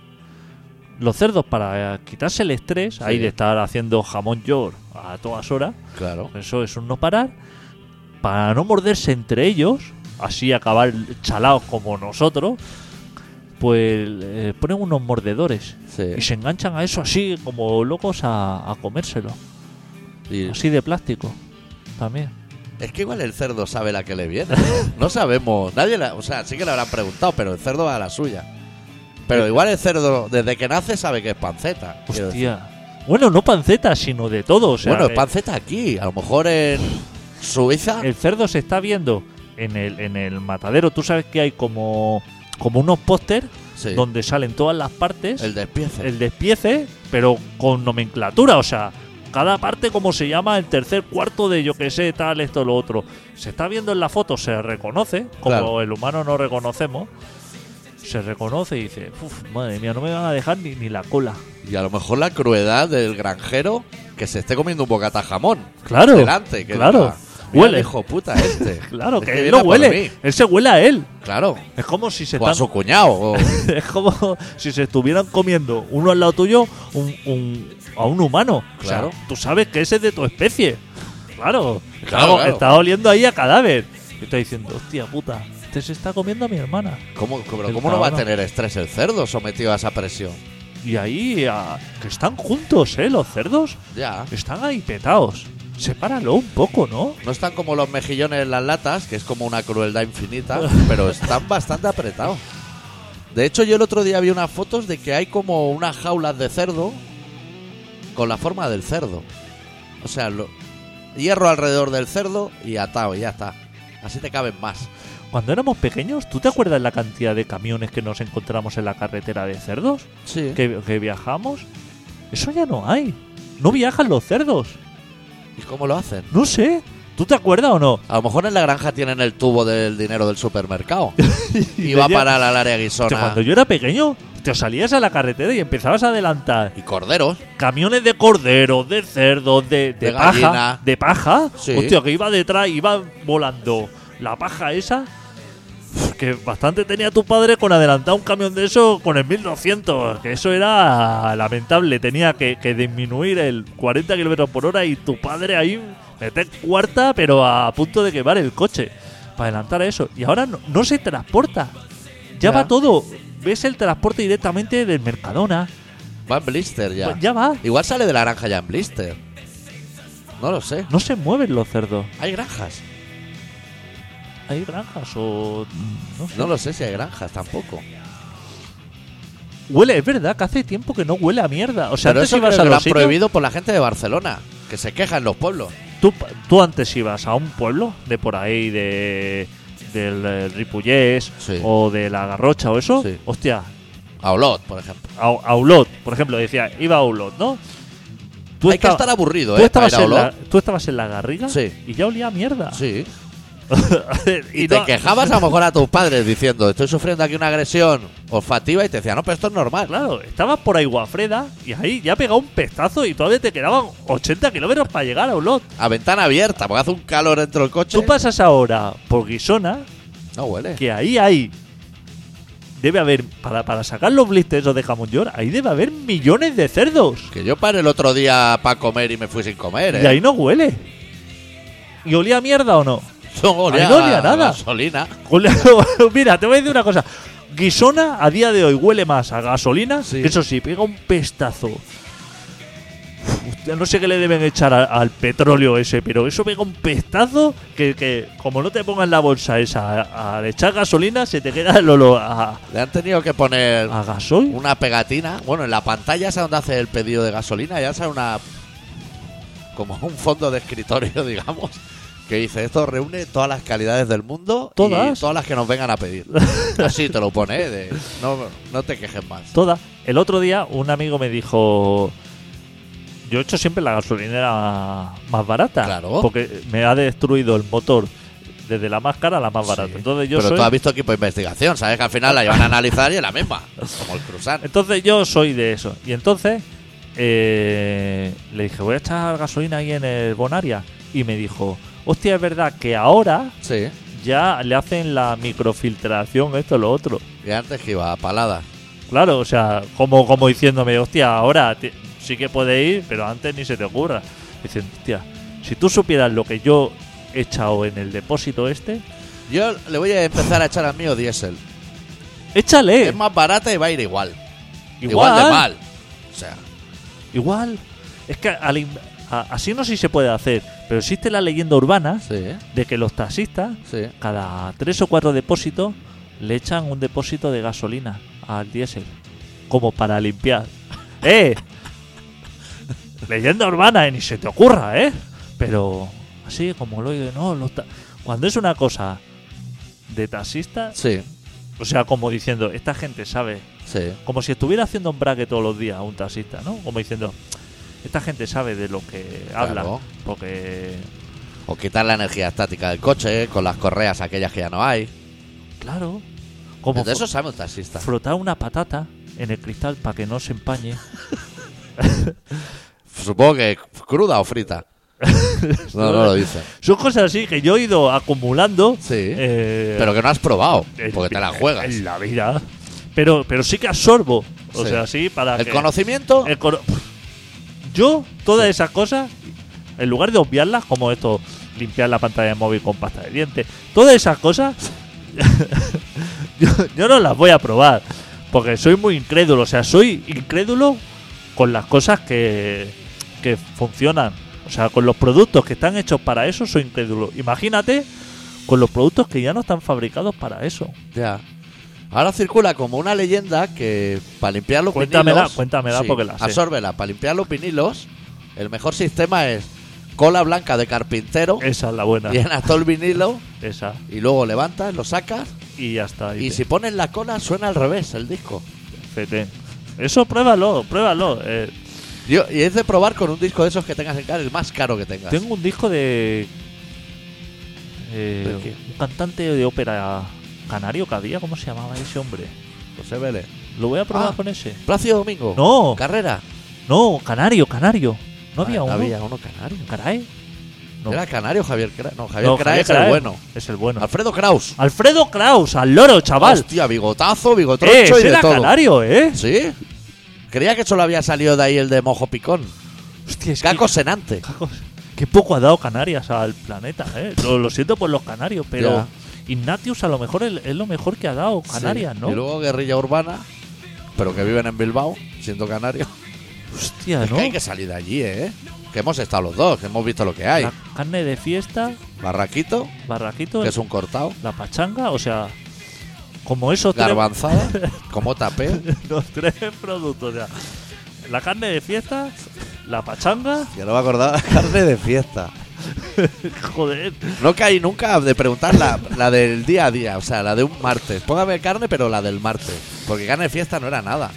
S2: Los cerdos, para eh, quitarse el estrés, ahí de estar haciendo jamón york a todas horas,
S1: Claro.
S2: eso es un no parar, para no morderse entre ellos, así acabar chalados como nosotros, pues eh, ponen unos mordedores.
S1: Sí.
S2: Y se enganchan a eso así como locos a, a comérselo.
S1: Y-
S2: Así de plástico. También.
S1: Es que igual el cerdo sabe la que le viene. No sabemos. Nadie la- o sea, sí que le habrán preguntado, pero el cerdo va a la suya. Pero igual el cerdo, desde que nace, sabe que es panceta. Quiero decir.
S2: Hostia. Bueno, no panceta, sino de todo. o sea,
S1: bueno, es
S2: eh,
S1: panceta aquí. A lo mejor en Suiza.
S2: el cerdo se está viendo en el, en el matadero. Tú sabes que hay como, como unos póster
S1: sí.
S2: donde salen todas las partes.
S1: El despiece.
S2: el despiece, pero con nomenclatura, o sea, cada parte como se llama el tercer cuarto de yo que sé, tal, esto, lo otro. Se está viendo en la foto, se reconoce, como
S1: Claro.
S2: el humano no reconocemos. Se reconoce y dice, "Uf, madre mía, no me van a dejar ni, ni la cola.
S1: Y a lo mejor la crueldad del granjero que se esté comiendo un bocata jamón.
S2: Claro,
S1: Delante. Que
S2: claro.
S1: diga, Mira el
S2: huele.
S1: hijo puta este.
S2: Claro,
S1: Es
S2: que,
S1: que
S2: él
S1: viene
S2: lo
S1: a por
S2: huele.
S1: mí.
S2: Él se huele a él.
S1: Claro.
S2: Es como si se
S1: O a
S2: están-
S1: su cuñado. o-
S2: es como si se estuvieran comiendo uno al lado tuyo un, un- a un humano. O sea,
S1: Claro.
S2: tú sabes que ese es de tu especie. Claro. Está,
S1: Claro, claro.
S2: está oliendo ahí a cadáver. Y está diciendo, hostia puta, este se está comiendo a mi hermana.
S1: ¿Cómo, pero
S2: El
S1: ¿Cómo no va a
S2: cabrón.
S1: tener estrés el cerdo sometido a esa presión?
S2: Y ahí, a- que están juntos, ¿eh? Los cerdos.
S1: Ya.
S2: Están ahí petados. Sepáralo un poco, ¿no?
S1: No están como los mejillones en las latas, que es como una crueldad infinita, pero están bastante apretados. De hecho, yo el otro día vi unas fotos de que hay como unas jaulas de cerdo con la forma del cerdo. O sea, lo- hierro alrededor del cerdo y atado, y ya está. Así te caben más.
S2: Cuando éramos pequeños, ¿tú te acuerdas la cantidad de camiones que nos encontramos en la carretera de cerdos?
S1: Sí.
S2: que, que viajamos, eso ya no hay. No viajan los cerdos.
S1: ¿Y cómo lo hacen?
S2: No sé. ¿Tú te acuerdas o no?
S1: A lo mejor en la granja tienen el tubo del dinero del supermercado. y va a
S2: tenía-
S1: parar al área
S2: Hostia,
S1: guisona.
S2: cuando yo era pequeño, te salías a la carretera y empezabas a adelantar
S1: Y corderos.
S2: camiones de corderos, de cerdos, de, de
S1: De
S2: paja.
S1: gallina.
S2: De paja.
S1: Sí.
S2: Hostia, que iba detrás, iba volando la paja esa. Que bastante tenía tu padre con adelantar un camión de eso con el 1200. Que eso era lamentable. Tenía que, que disminuir el 40 kilómetros por hora y tu padre ahí meter cuarta, pero a punto de quemar el coche. Para adelantar a eso. Y ahora no, no se transporta.
S1: Ya.
S2: Ya, va todo. Ves el transporte directamente del Mercadona.
S1: Va en blister ya.
S2: Pues ya va.
S1: Igual sale de la granja ya en blister. No lo sé.
S2: No se mueven los cerdos.
S1: Hay granjas.
S2: Hay granjas o. No sé.
S1: No lo sé si hay granjas tampoco.
S2: Huele, es verdad que hace tiempo que no huele a mierda. O sea,
S1: Pero
S2: antes
S1: eso
S2: ibas
S1: creo que
S2: a
S1: lo
S2: los
S1: han
S2: sitios-
S1: prohibido por la gente de Barcelona, que se queja en los pueblos.
S2: Tú, pa- tú antes ibas a un pueblo de por ahí, de del eh, Ripollés
S1: Sí.
S2: o de la Garrocha o eso.
S1: Sí.
S2: Hostia,
S1: A Olot, por ejemplo.
S2: a, a Olot, por ejemplo, decía, iba a Olot, ¿no? Tú,
S1: hay que
S2: estaba-
S1: estar aburrido,
S2: tú
S1: ¿eh? Para
S2: estabas
S1: ir a
S2: en la,
S1: Olot.
S2: tú estabas en la garriga
S1: Sí.
S2: y ya olía a mierda.
S1: Sí.
S2: y
S1: Y te
S2: no-
S1: quejabas a lo mejor a tus padres diciendo, estoy sufriendo aquí una agresión olfativa y te decían, no, pero esto es normal.
S2: Claro, estabas por Aiguafreda y ahí ya pegaba un pestazo y todavía te quedaban 80 kilómetros para llegar a Olot.
S1: A ventana abierta, porque hace un calor dentro del coche.
S2: Tú pasas ahora por Guisona,
S1: No huele.
S2: que ahí hay. Debe haber, para, para sacar los blisters o de jamón york, ahí debe haber millones de cerdos.
S1: Que yo paré el otro día para comer y me fui sin comer, ¿eh?
S2: Y ahí no huele. ¿Y olía a mierda o no?
S1: No olía,
S2: ahí no olía nada.
S1: gasolina.
S2: Ole- Mira, te voy a decir una cosa. Guisona a día de hoy huele más a gasolina.
S1: Sí.
S2: que Eso sí, pega un pestazo. Hostia, no sé qué le deben echar a- al petróleo ese, pero eso pega un pestazo que, que como no te pongas la bolsa esa a- al echar gasolina, se te queda el olor a,
S1: Le han tenido que poner
S2: a gasol.
S1: una pegatina. Bueno, en la pantalla es donde hace el pedido de gasolina, ya sale una. como un fondo de escritorio, digamos. Que dice, esto reúne todas las calidades del mundo
S2: ¿Todas?
S1: y todas las que nos vengan a pedir. Así te lo pone, ¿eh? de, no, no te quejes más.
S2: Toda. El otro día un amigo me dijo... Yo he hecho siempre la gasolinera más barata.
S1: Claro.
S2: Porque me ha destruido el motor desde la más cara a la más barata.
S1: Sí.
S2: Entonces yo
S1: Pero
S2: soy...
S1: tú has visto equipo de investigación, sabes que al final la llevan a analizar y es la misma. Como el cruzar.
S2: Entonces yo soy de eso. Y entonces eh, le dije, voy a echar gasolina ahí en el Bonaria. Y me dijo, hostia, es verdad que ahora
S1: Sí.
S2: ya le hacen la microfiltración, esto, lo otro.
S1: Y antes que iba a palada.
S2: Claro, o sea, como, como diciéndome, hostia, ahora te- sí que puede ir, pero antes ni se te ocurra. Dicen, hostia, si tú supieras lo que yo he echado en el depósito este,
S1: Yo le voy a empezar a echar al mío diésel.
S2: échale.
S1: Es más barata y va a ir igual.
S2: Igual,
S1: Igual de mal. O sea,
S2: Igual. Es que al in- a- así no sé si se puede hacer, pero existe la leyenda urbana
S1: sí,
S2: de que los taxistas,
S1: sí.
S2: cada tres o cuatro depósitos, le echan un depósito de gasolina al diésel, como para limpiar. ¡Eh! Leyenda urbana, eh, ni se te ocurra, ¿eh? Pero así como lo oigo, no, los ta- cuando es una cosa de taxista,
S1: Sí,
S2: o sea, como diciendo, esta gente sabe
S1: sí.
S2: como si estuviera haciendo un braque todos los días un taxista, ¿no? Como diciendo, esta gente sabe de lo que habla,
S1: Claro.
S2: porque,
S1: O quitar la energía estática del coche eh, con las correas aquellas que ya no hay.
S2: claro, como
S1: de eso sabe un taxista.
S2: frotar una patata en el cristal para que no se empañe.
S1: Supongo que cruda o frita. No, no lo dice.
S2: Son cosas así que yo he ido acumulando.
S1: Sí.
S2: eh,
S1: Pero que no has probado,
S2: en-
S1: porque te la juegas.
S2: En la vida. Pero, pero sí que absorbo. O
S1: Sí.
S2: sea, sí, para
S1: El
S2: que.
S1: conocimiento,
S2: el cono- yo, todas esas cosas, en lugar de obviarlas, como esto, limpiar la pantalla de móvil con pasta de dientes, todas esas cosas, yo, yo no las voy a probar. Porque soy muy incrédulo. O sea, soy incrédulo con las cosas que, que funcionan. O sea, con los productos que están hechos para eso, soy incrédulo. Imagínate con los productos que ya no están fabricados para eso.
S1: ya. Ahora circula como una leyenda que para limpiar los
S2: Cuéntamela,
S1: vinilos.
S2: cuéntamela, porque la sé.
S1: Absórbela. Para limpiar los vinilos, el mejor sistema es cola blanca de carpintero,
S2: Esa es la buena.
S1: llenas todo el vinilo
S2: Esa.
S1: y luego levantas, lo sacas
S2: Y ya está.
S1: y
S2: te-
S1: si pones la cola suena al revés el disco.
S2: Fete. Eso pruébalo, pruébalo. Eh,
S1: Yo- y es de probar con un disco de esos que tengas en casa, el más caro que tengas.
S2: tengo un disco de. eh,
S1: ¿De qué?
S2: un cantante de ópera canario que había, ¿cómo se llamaba ese hombre?
S1: José Vélez.
S2: Lo voy a probar
S1: Ah.
S2: con ese.
S1: Plácido Domingo.
S2: No,
S1: Carrera.
S2: no, canario, canario. No
S1: Ah,
S2: había uno.
S1: Había uno canario.
S2: Caray. No.
S1: Era canario Javier Cra- No, Javier
S2: No,
S1: Cra
S2: Javier
S1: es el
S2: Crae
S1: bueno.
S2: Es el bueno.
S1: Alfredo Kraus.
S2: Alfredo Kraus, al loro, chaval.
S1: Hostia, bigotazo, bigotrocho
S2: Eh,
S1: y
S2: ese
S1: de
S2: era
S1: todo.
S2: canario, ¿eh?
S1: ¿Sí? Creía que solo había salido de ahí el de Mojo Picón.
S2: Hostia, es que-
S1: Caco Senante.
S2: Cacos. Qué poco ha dado Canarias al planeta, ¿eh? Lo, lo siento por los canarios, pero
S1: Ya.
S2: Ignatius a lo mejor es, es lo mejor que ha dado Canarias,
S1: Sí.
S2: ¿no?
S1: Y luego guerrilla urbana, pero que viven en Bilbao, siendo canarios.
S2: Hostia,
S1: Es
S2: Ah, ¿no?
S1: que hay que salir de allí, ¿eh? Que hemos estado los dos, que hemos visto lo que hay.
S2: La carne de fiesta,
S1: Barraquito,
S2: barraquito,
S1: que es un cortado.
S2: la pachanga, o sea, como esos tres,
S1: Garbanzada, como tapé.
S2: los tres productos, o sea, la carne de fiesta, la pachanga,
S1: Que no me acordaba, carne de fiesta.
S2: joder,
S1: No caí nunca de preguntar la, la del día a día, o sea, la de un martes. Póngame carne, pero la del martes. Porque carne de fiesta no era nada.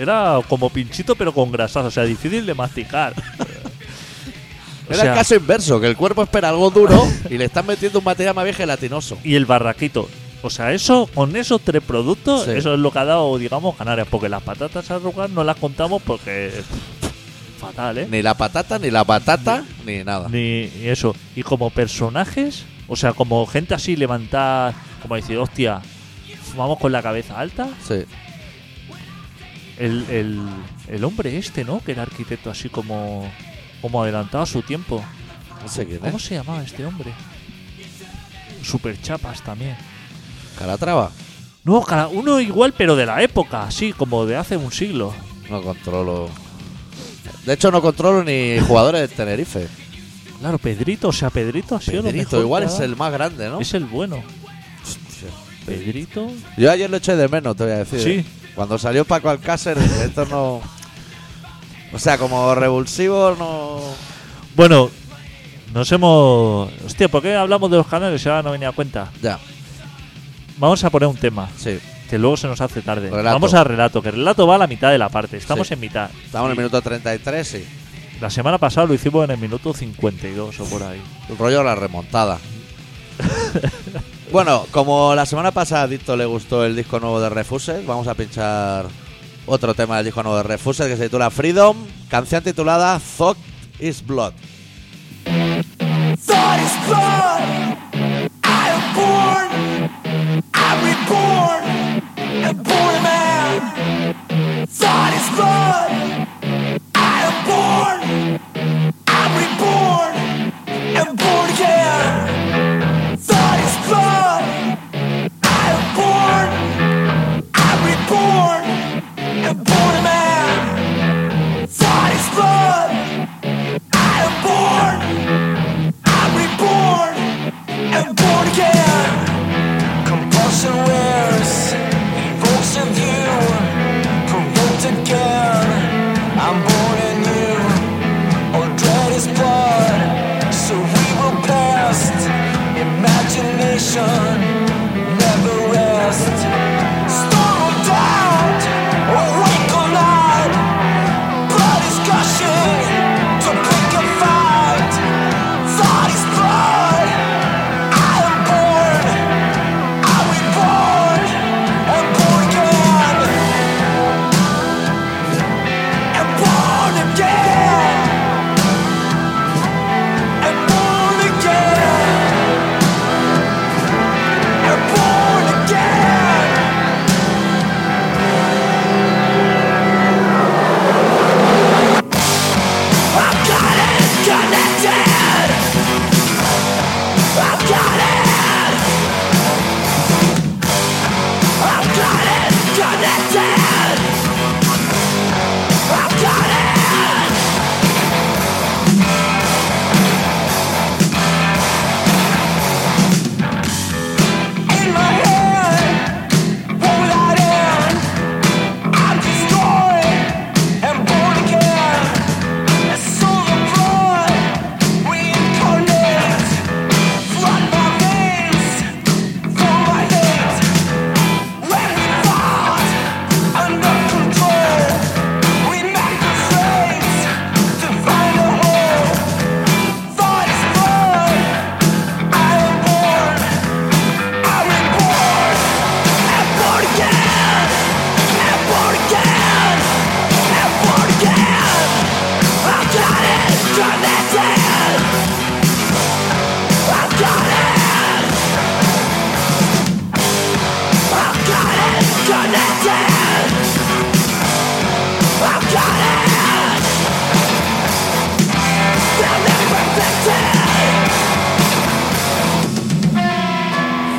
S2: era como pinchito pero con grasas, o sea, difícil de masticar. O
S1: Era
S2: sea,
S1: el caso inverso, que el cuerpo espera algo duro y le están metiendo un material más bien gelatinoso.
S2: y el barraquito. O sea, eso, con esos tres productos,
S1: Sí.
S2: eso es lo que ha dado, digamos, Canarias. Porque las patatas arrugadas no las contamos porque. Fatal, ¿eh?
S1: Ni la patata, ni la patata, ni nada.
S2: Ni, ni eso. Y como personajes, o sea, como gente así levantada, como decir, hostia, vamos con la cabeza alta.
S1: Sí.
S2: El, el, el hombre este, ¿no? Que era arquitecto así como, como adelantado a su tiempo.
S1: No sé quién
S2: ¿Cómo
S1: es.
S2: se llamaba este hombre? Super chapas también.
S1: Calatrava.
S2: No, cada uno igual, pero de la época, así como de hace un siglo.
S1: No controlo. De hecho, no controlo ni jugadores de Tenerife.
S2: Claro, Pedrito, o sea, Pedrito ha sido lo
S1: Pedrito,
S2: mejor
S1: igual
S2: que ha
S1: es
S2: dado.
S1: el más grande, ¿no?
S2: Es el bueno.
S1: Hostia.
S2: Pedrito.
S1: Yo ayer lo eché de menos, te voy a decir.
S2: Sí.
S1: ¿eh? Cuando salió Paco Alcácer, esto no. O sea, como revulsivo, no.
S2: Bueno, nos hemos. Hostia, ¿por qué hablamos de los canales? Ahora no venía a cuenta.
S1: Ya,
S2: Vamos a poner un tema,
S1: sí.
S2: que luego se nos hace tarde.
S1: Relato.
S2: Vamos al relato, que el relato va a la mitad de la parte. Estamos
S1: Sí.
S2: en mitad.
S1: Estamos en el minuto 33, sí.
S2: La semana pasada lo hicimos en el minuto 52 o por ahí.
S1: El rollo de la remontada. bueno, como la semana pasada a Dicto le gustó el disco nuevo de Refuses, vamos a pinchar otro tema del disco nuevo de Refuses que se titula Freedom, canción titulada Thought is Blood.
S3: Thought is blood. I am born. I'm reborn. A born a man. Thought is blood. I am born. I'm reborn. And born again. Thought is blood. I am born. I'm reborn. And born a man. Thought is blood. I am born. I'm reborn and born again. Compulsion wears, evokes a view, provoked again. I'm born anew. All dread is blood, cerebral past, imagination never rests. Storm of doubt, awake or not, blood is gushing to pick a fight. Thought is blood. I am born. I'm reborn. I'm born again. I'm born again.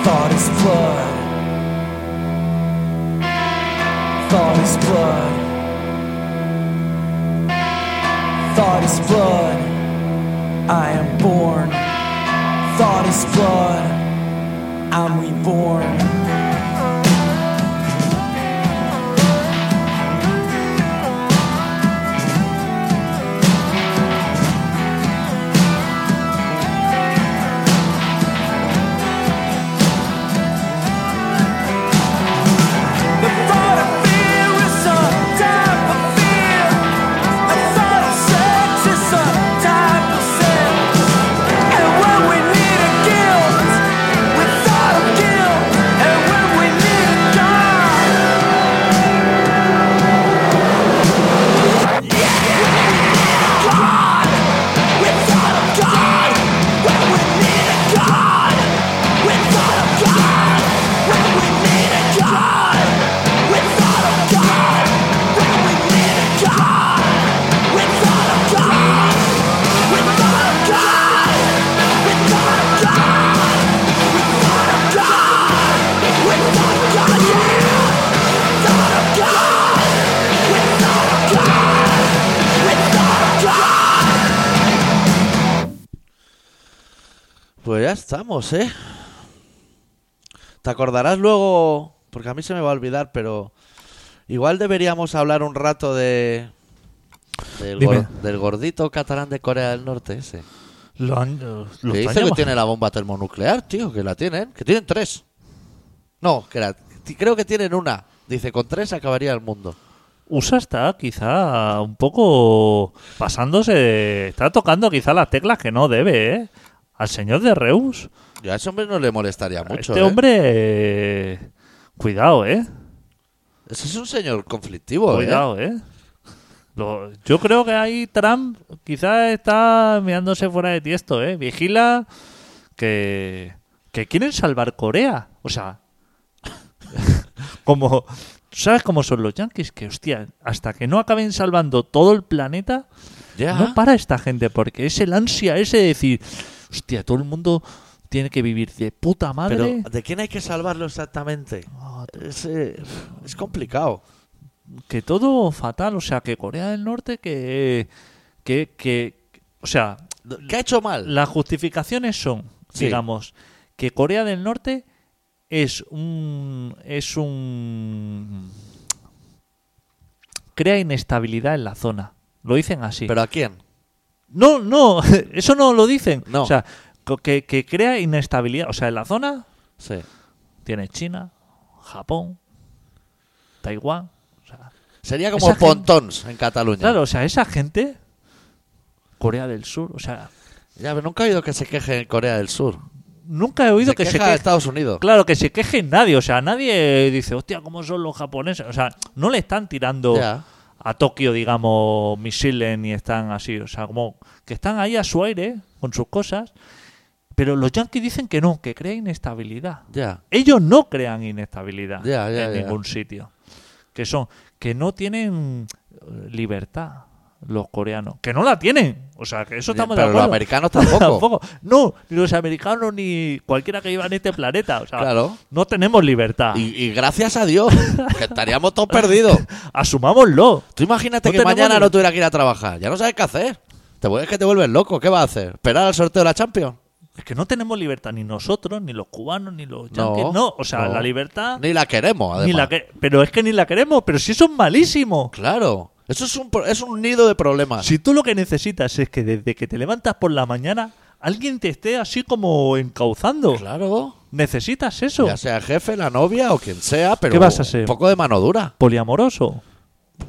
S3: Thought is blood. Thought is blood. Thought is blood. I am born. Thought is blood. I'm reborn. The thought of fear is a type of fear. The thought of sex is a type of sex. And when we need a guilt, we thought of guilt. And when we need a God, God, we thought of God. When we need a God, we thought of God. When we need a God, we thought of God. When we need a God, we thought of God. We thought of God. We thought of God. We thought of God. We thought of God. Yeah. Thought of God. We thought of God. We thought of God.
S1: Pues ya estamos, ¿eh? Te acordarás luego, porque a mí se me va a olvidar, pero igual deberíamos hablar un rato de... Del,
S2: Dime.
S1: gor- del gordito catalán de Corea del Norte ese.
S2: Lo han, lo están
S1: que dice que
S2: llamando-
S1: tiene la bomba termonuclear, tío, que la tienen, que tienen tres. No, que la- ti- creo que tienen una. Dice, con tres acabaría el mundo.
S2: USA está quizá un poco pasándose, está tocando quizá las teclas que no debe, ¿eh? Al señor de Reus.
S1: Yo a ese hombre no le molestaría
S2: A
S1: mucho.
S2: este
S1: ¿eh?
S2: hombre, eh, cuidado, ¿eh?
S1: Ese es un señor conflictivo, ¿eh?
S2: Cuidado, ¿eh? Lo- yo creo que ahí Trump quizás está mirándose fuera de tiesto, ¿eh? Vigila que, que quieren salvar Corea. O sea, como... ¿Sabes cómo son los yankees? Que, hostia, hasta que no acaben salvando todo el planeta,
S1: ¿eh? Ya.
S2: no para esta gente, porque es el ansia ese de decir, hostia, todo el mundo tiene que vivir de puta
S1: Pero,
S2: madre.
S1: ¿de quién hay que salvarlo exactamente?
S2: Ah,
S1: Es, eh, es complicado.
S2: que todo fatal, o sea, que Corea del Norte que que, que o sea,
S1: ¿Qué ha hecho mal?
S2: las justificaciones son,
S1: Sí.
S2: digamos, que Corea del Norte es un es un crea inestabilidad en la zona. Lo dicen así.
S1: ¿Pero a quién?
S2: no, no, eso no lo dicen.
S1: No.
S2: O sea, co- que, que crea inestabilidad. O sea, en la zona
S1: Sí.
S2: tiene China, Japón, Taiwán. O sea,
S1: Sería como
S2: Esa gente-
S1: Pontons en Cataluña.
S2: Claro, o sea, esa gente, Corea del Sur, o sea,
S1: Ya, pero nunca he oído que se queje en Corea del Sur.
S2: nunca he oído
S1: Se
S2: que se
S1: queja de
S2: queje.
S1: Estados Unidos.
S2: Claro, que se queje nadie, o sea, nadie dice, hostia, ¿cómo son los japoneses? O sea, no le están tirando
S1: Ya.
S2: a Tokio, digamos, misiles ni están así, o sea, como que están ahí a su aire con sus cosas, pero los yanquis dicen que no, que crea inestabilidad.
S1: Ya.
S2: Ellos no crean inestabilidad
S1: Ya, ya,
S2: en
S1: ya.
S2: ningún sitio. Que son, que no tienen eh, libertad los coreanos. Que no la tienen. O sea, que eso estamos de
S1: pero los
S2: acuerdo.
S1: americanos tampoco.
S2: No, ni los americanos ni cualquiera que viva en este planeta. O sea,
S1: Claro.
S2: no tenemos libertad.
S1: Y, y gracias a Dios, que estaríamos todos perdidos.
S2: Asumámoslo.
S1: Tú imagínate
S2: No
S1: que
S2: tenemos
S1: mañana
S2: ni-
S1: no tuviera que ir a trabajar. Ya no sabes qué hacer. Te vuelves que te vuelves loco. ¿Qué vas a hacer? ¿Esperar al sorteo de la Champions?
S2: Es que no tenemos libertad ni nosotros, ni los cubanos, ni los
S1: No,
S2: yanquis. No, o sea,
S1: no.
S2: la libertad.
S1: Ni la queremos, además.
S2: ni la que- pero es que ni la queremos. Pero si eso es malísimo.
S1: Claro. Eso es un, pro- es un nido de problemas.
S2: Si tú lo que necesitas es que desde que te levantas por la mañana alguien te esté así como encauzando.
S1: Claro.
S2: Necesitas eso.
S1: Ya sea el jefe, la novia o quien sea, pero
S2: ¿Qué vas a ser?
S1: un poco de mano dura.
S2: Poliamoroso.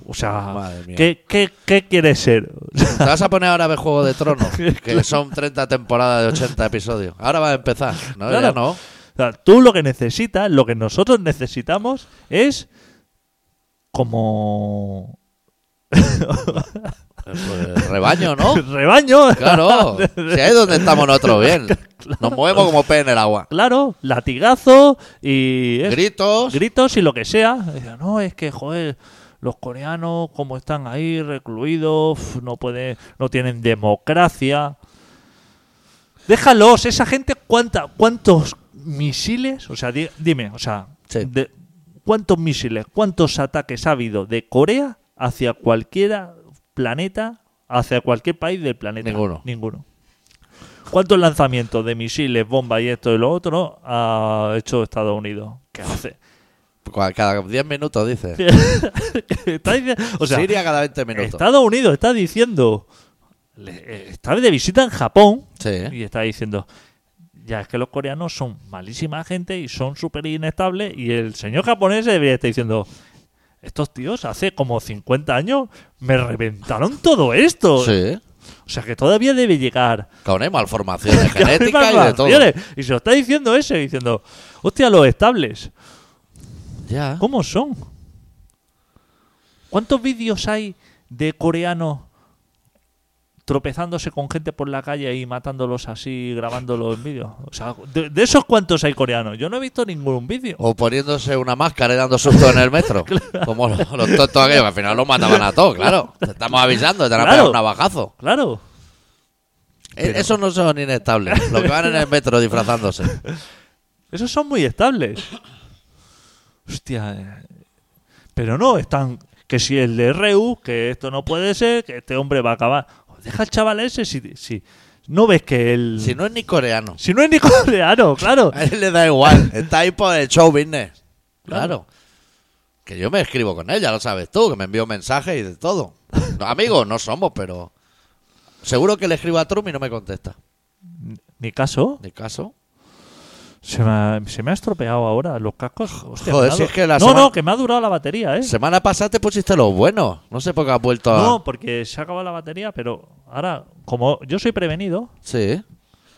S2: O sea,
S1: Madre mía.
S2: ¿qué, qué, qué quieres ser?
S1: Te vas a poner ahora a ver Juego de Tronos, que son 30 temporadas de 80 episodios. Ahora va a empezar. No,
S2: Claro.
S1: ya no.
S2: O sea, tú lo que necesitas, lo que nosotros necesitamos es como
S1: Pues, rebaño, ¿no?
S2: rebaño.
S1: Claro. Si ahí es donde estamos nosotros, bien. Nos movemos como pez en el agua.
S2: Claro, latigazo y es-
S1: Gritos.
S2: gritos y lo que sea. Decía, no, es que, joder, los coreanos, como están ahí recluidos, uf, no pueden, no tienen democracia. Déjalos, esa gente, ¿cuánta, ¿cuántos misiles, o sea, di- dime, o sea,
S1: Sí.
S2: de- ¿cuántos misiles, cuántos ataques ha habido de Corea hacia cualquiera planeta, hacia cualquier país del planeta?
S1: Ninguno.
S2: Ninguno. ¿Cuántos lanzamientos de misiles, bombas y esto y lo otro ha hecho Estados Unidos? ¿Qué hace?
S1: Cua- Cada 10 minutos dice.
S2: Está diciendo- o sea,
S1: Siria cada 20 minutos.
S2: Estados Unidos está diciendo, le- eh, está de visita en Japón
S1: Sí, ¿eh?
S2: y está diciendo, ya es que los coreanos son malísima gente y son súper inestables y el señor japonés debería estar diciendo, estos tíos hace como 50 años me reventaron todo esto.
S1: Sí.
S2: O sea que todavía debe llegar.
S1: Con hay malformaciones
S2: que hay
S1: genéticas y de todo.
S2: malvaciones". Y se lo está diciendo ese, diciendo, hostia, los estables,
S1: Ya.
S2: ¿cómo son? ¿Cuántos vídeos hay de coreanos tropezándose con gente por la calle y matándolos así, grabándolos en vídeo? O sea, de, de esos cuántos hay coreanos? Yo no he visto ningún vídeo.
S1: O poniéndose una máscara y dando sustos en el metro. Como los, los tontos aquellos, que al final los mataban a todos, claro. Te estamos avisando, te van a
S2: Claro.
S1: pegar un navajazo.
S2: Claro.
S1: Eh, Esos no son inestables, los que van en el metro disfrazándose.
S2: Esos son muy estables. Hostia. eh. Pero no, están. Que si el de RU, que esto no puede ser, que este hombre va a acabar. Deja al chaval ese si. si no ves que el.
S1: Si no es ni coreano,
S2: si no es ni coreano, claro.
S1: a él le da igual. Está ahí por el show business.
S2: Claro.
S1: Claro. Que yo me escribo con él, ya lo sabes tú, que me envió mensajes y de todo. No, amigos, no somos, pero. Seguro que le escribo a Trump y no me contesta.
S2: Ni caso.
S1: Ni caso.
S2: Se me, ha, se me ha estropeado ahora los cascos. Hostia,
S1: Joder,
S2: me ha
S1: si
S2: du-
S1: es que la
S2: No,
S1: semana-
S2: no, que me ha durado la batería, ¿eh?
S1: Semana pasada te pusiste los buenos. No sé por qué has vuelto a.
S2: No, porque se ha acabado la batería, pero ahora, como yo soy prevenido,
S1: Sí.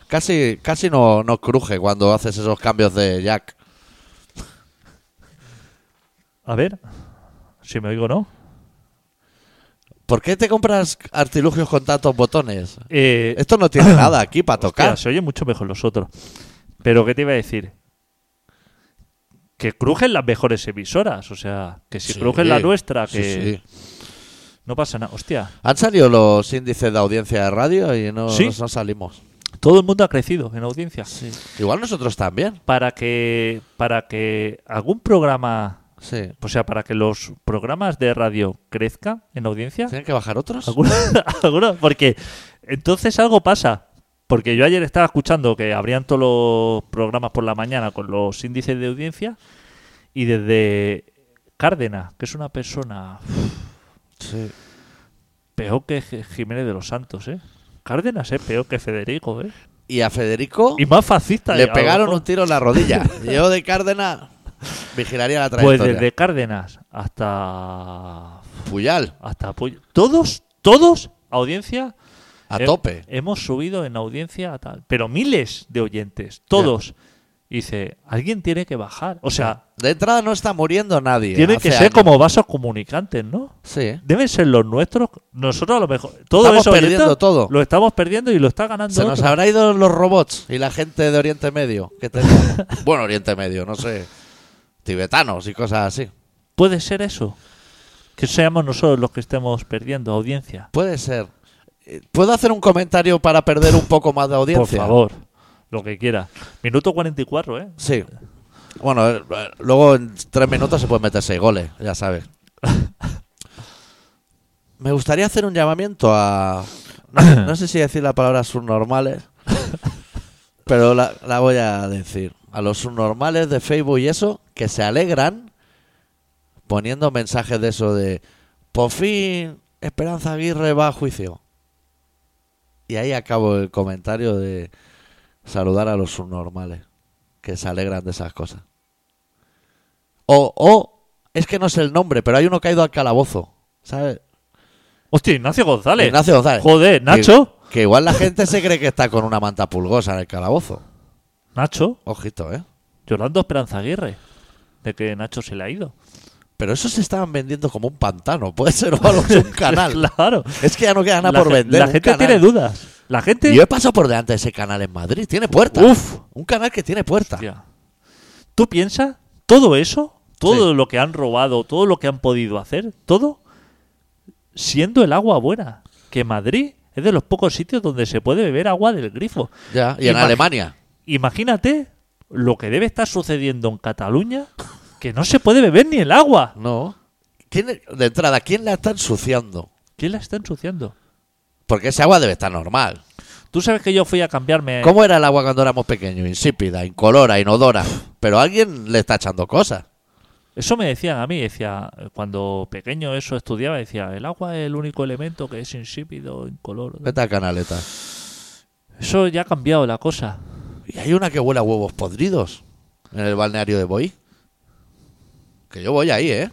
S1: Casi, casi no, no cruje cuando haces esos cambios de jack.
S2: a ver si me oigo no.
S1: ¿Por qué te compras artilugios con tantos botones?
S2: Eh,
S1: Esto no tiene nada aquí para
S2: Hostia,
S1: tocar.
S2: se oye mucho mejor los otros. Pero ¿qué te iba a decir? Que crujen las mejores emisoras, o sea, que si
S1: Sí.
S2: crujen la nuestra,
S1: Sí,
S2: que
S1: sí.
S2: no pasa nada. Hostia,
S1: Han salido los índices de audiencia de radio y no,
S2: Sí.
S1: no salimos.
S2: todo el mundo ha crecido en audiencia.
S1: Igual nosotros también.
S2: Para que para que algún programa,
S1: Sí.
S2: o sea, para que los programas de radio crezcan en audiencia,
S1: ¿Tienen que bajar otros?
S2: alguno- alguno- porque entonces algo pasa. Porque yo ayer estaba escuchando que abrían todos los programas por la mañana con los índices de audiencia y desde Cárdenas, que es una persona
S1: Sí.
S2: peor que G- Jiménez de los Santos, ¿eh? Cárdenas es peor que Federico, ¿eh?
S1: Y a Federico
S2: Y más fascista. ¿eh? a
S1: le
S2: lo
S1: pegaron
S2: mejor.
S1: un tiro en la rodilla. Yo de Cárdenas vigilaría la
S2: Pues
S1: trayectoria.
S2: desde Cárdenas hasta
S1: Puyal,
S2: hasta Puy- todos, todos audiencia
S1: a
S2: He-
S1: tope.
S2: Hemos subido en audiencia a tal. Pero miles de oyentes, todos. Y Dice, alguien tiene que bajar. O sea,
S1: De entrada no está muriendo nadie.
S2: tienen
S1: hace
S2: que ser
S1: años.
S2: como vasos comunicantes, ¿no?
S1: Sí.
S2: Deben ser los nuestros. Nosotros a lo mejor. Todo
S1: Estamos
S2: eso oyentes
S1: perdiendo todo.
S2: Lo estamos perdiendo y lo está ganando.
S1: Se nos
S2: otro.
S1: habrá ido los robots y la gente de Oriente Medio. Que tenemos. bueno, Oriente Medio, no sé. Tibetanos y cosas así.
S2: Puede ser eso. Que seamos nosotros los que estemos perdiendo audiencia.
S1: Puede ser. Eh, ¿Puedo hacer un comentario para perder un poco más de
S2: Por
S1: audiencia?
S2: favor, lo que quiera. Minuto 44, ¿eh?
S1: Sí. Bueno, eh, eh, luego en tres minutos se pueden meter seis goles, ya sabes. Me gustaría hacer un llamamiento a. No, no sé si decir la palabra subnormales, pero la, la voy a decir. A los subnormales de Facebook y eso, que se alegran poniendo mensajes de eso de. Por fin, Esperanza Aguirre va a juicio. Y ahí acabo el comentario de saludar a los subnormales que se alegran de esas cosas. O, o, es que no sé el nombre, pero hay uno que ha ido al calabozo, ¿sabes?
S2: Hostia, Ignacio González.
S1: Ignacio González.
S2: Joder,
S1: Que-
S2: Nacho.
S1: Que, igual la gente se cree que está con una manta pulgosa en el calabozo.
S2: Nacho.
S1: Ojito, ¿eh?
S2: Llorando Esperanza Aguirre. De que Nacho se le ha ido.
S1: Pero esos se estaban vendiendo como un pantano, puede ser o algo, es un canal.
S2: Claro.
S1: Es que ya no queda nada
S2: la,
S1: por
S2: ge-
S1: vender.
S2: la
S1: un
S2: gente
S1: canal.
S2: tiene dudas. La gente.
S1: Yo he pasado por delante de ese canal en Madrid, tiene puerta.
S2: Uf.
S1: Un canal que tiene puerta.
S2: Hostia. ¿Tú piensas todo eso? Todo
S1: Sí.
S2: lo que han robado, todo lo que han podido hacer, todo siendo el agua buena. Que Madrid es de los pocos sitios donde se puede beber agua del grifo.
S1: Ya, y en
S2: Imag-
S1: Alemania.
S2: Imagínate lo que debe estar sucediendo en Cataluña, que no se puede beber ni el agua.
S1: No. ¿Quién- de entrada, ¿quién la está ensuciando?
S2: ¿Quién la está ensuciando?
S1: Porque ese agua debe estar normal.
S2: Tú sabes que yo fui a cambiarme.
S1: ¿Cómo era el agua cuando éramos pequeños? Insípida, incolora, inodora. Pero alguien le está echando cosas.
S2: Eso me decían a mí, decía, cuando pequeño eso estudiaba, decía, el agua es el único elemento que es insípido, incoloro.
S1: Vete a canaleta.
S2: Eso ya ha cambiado la cosa.
S1: Y hay una que huele a huevos podridos en el balneario de Boí. Que yo voy ahí, ¿eh?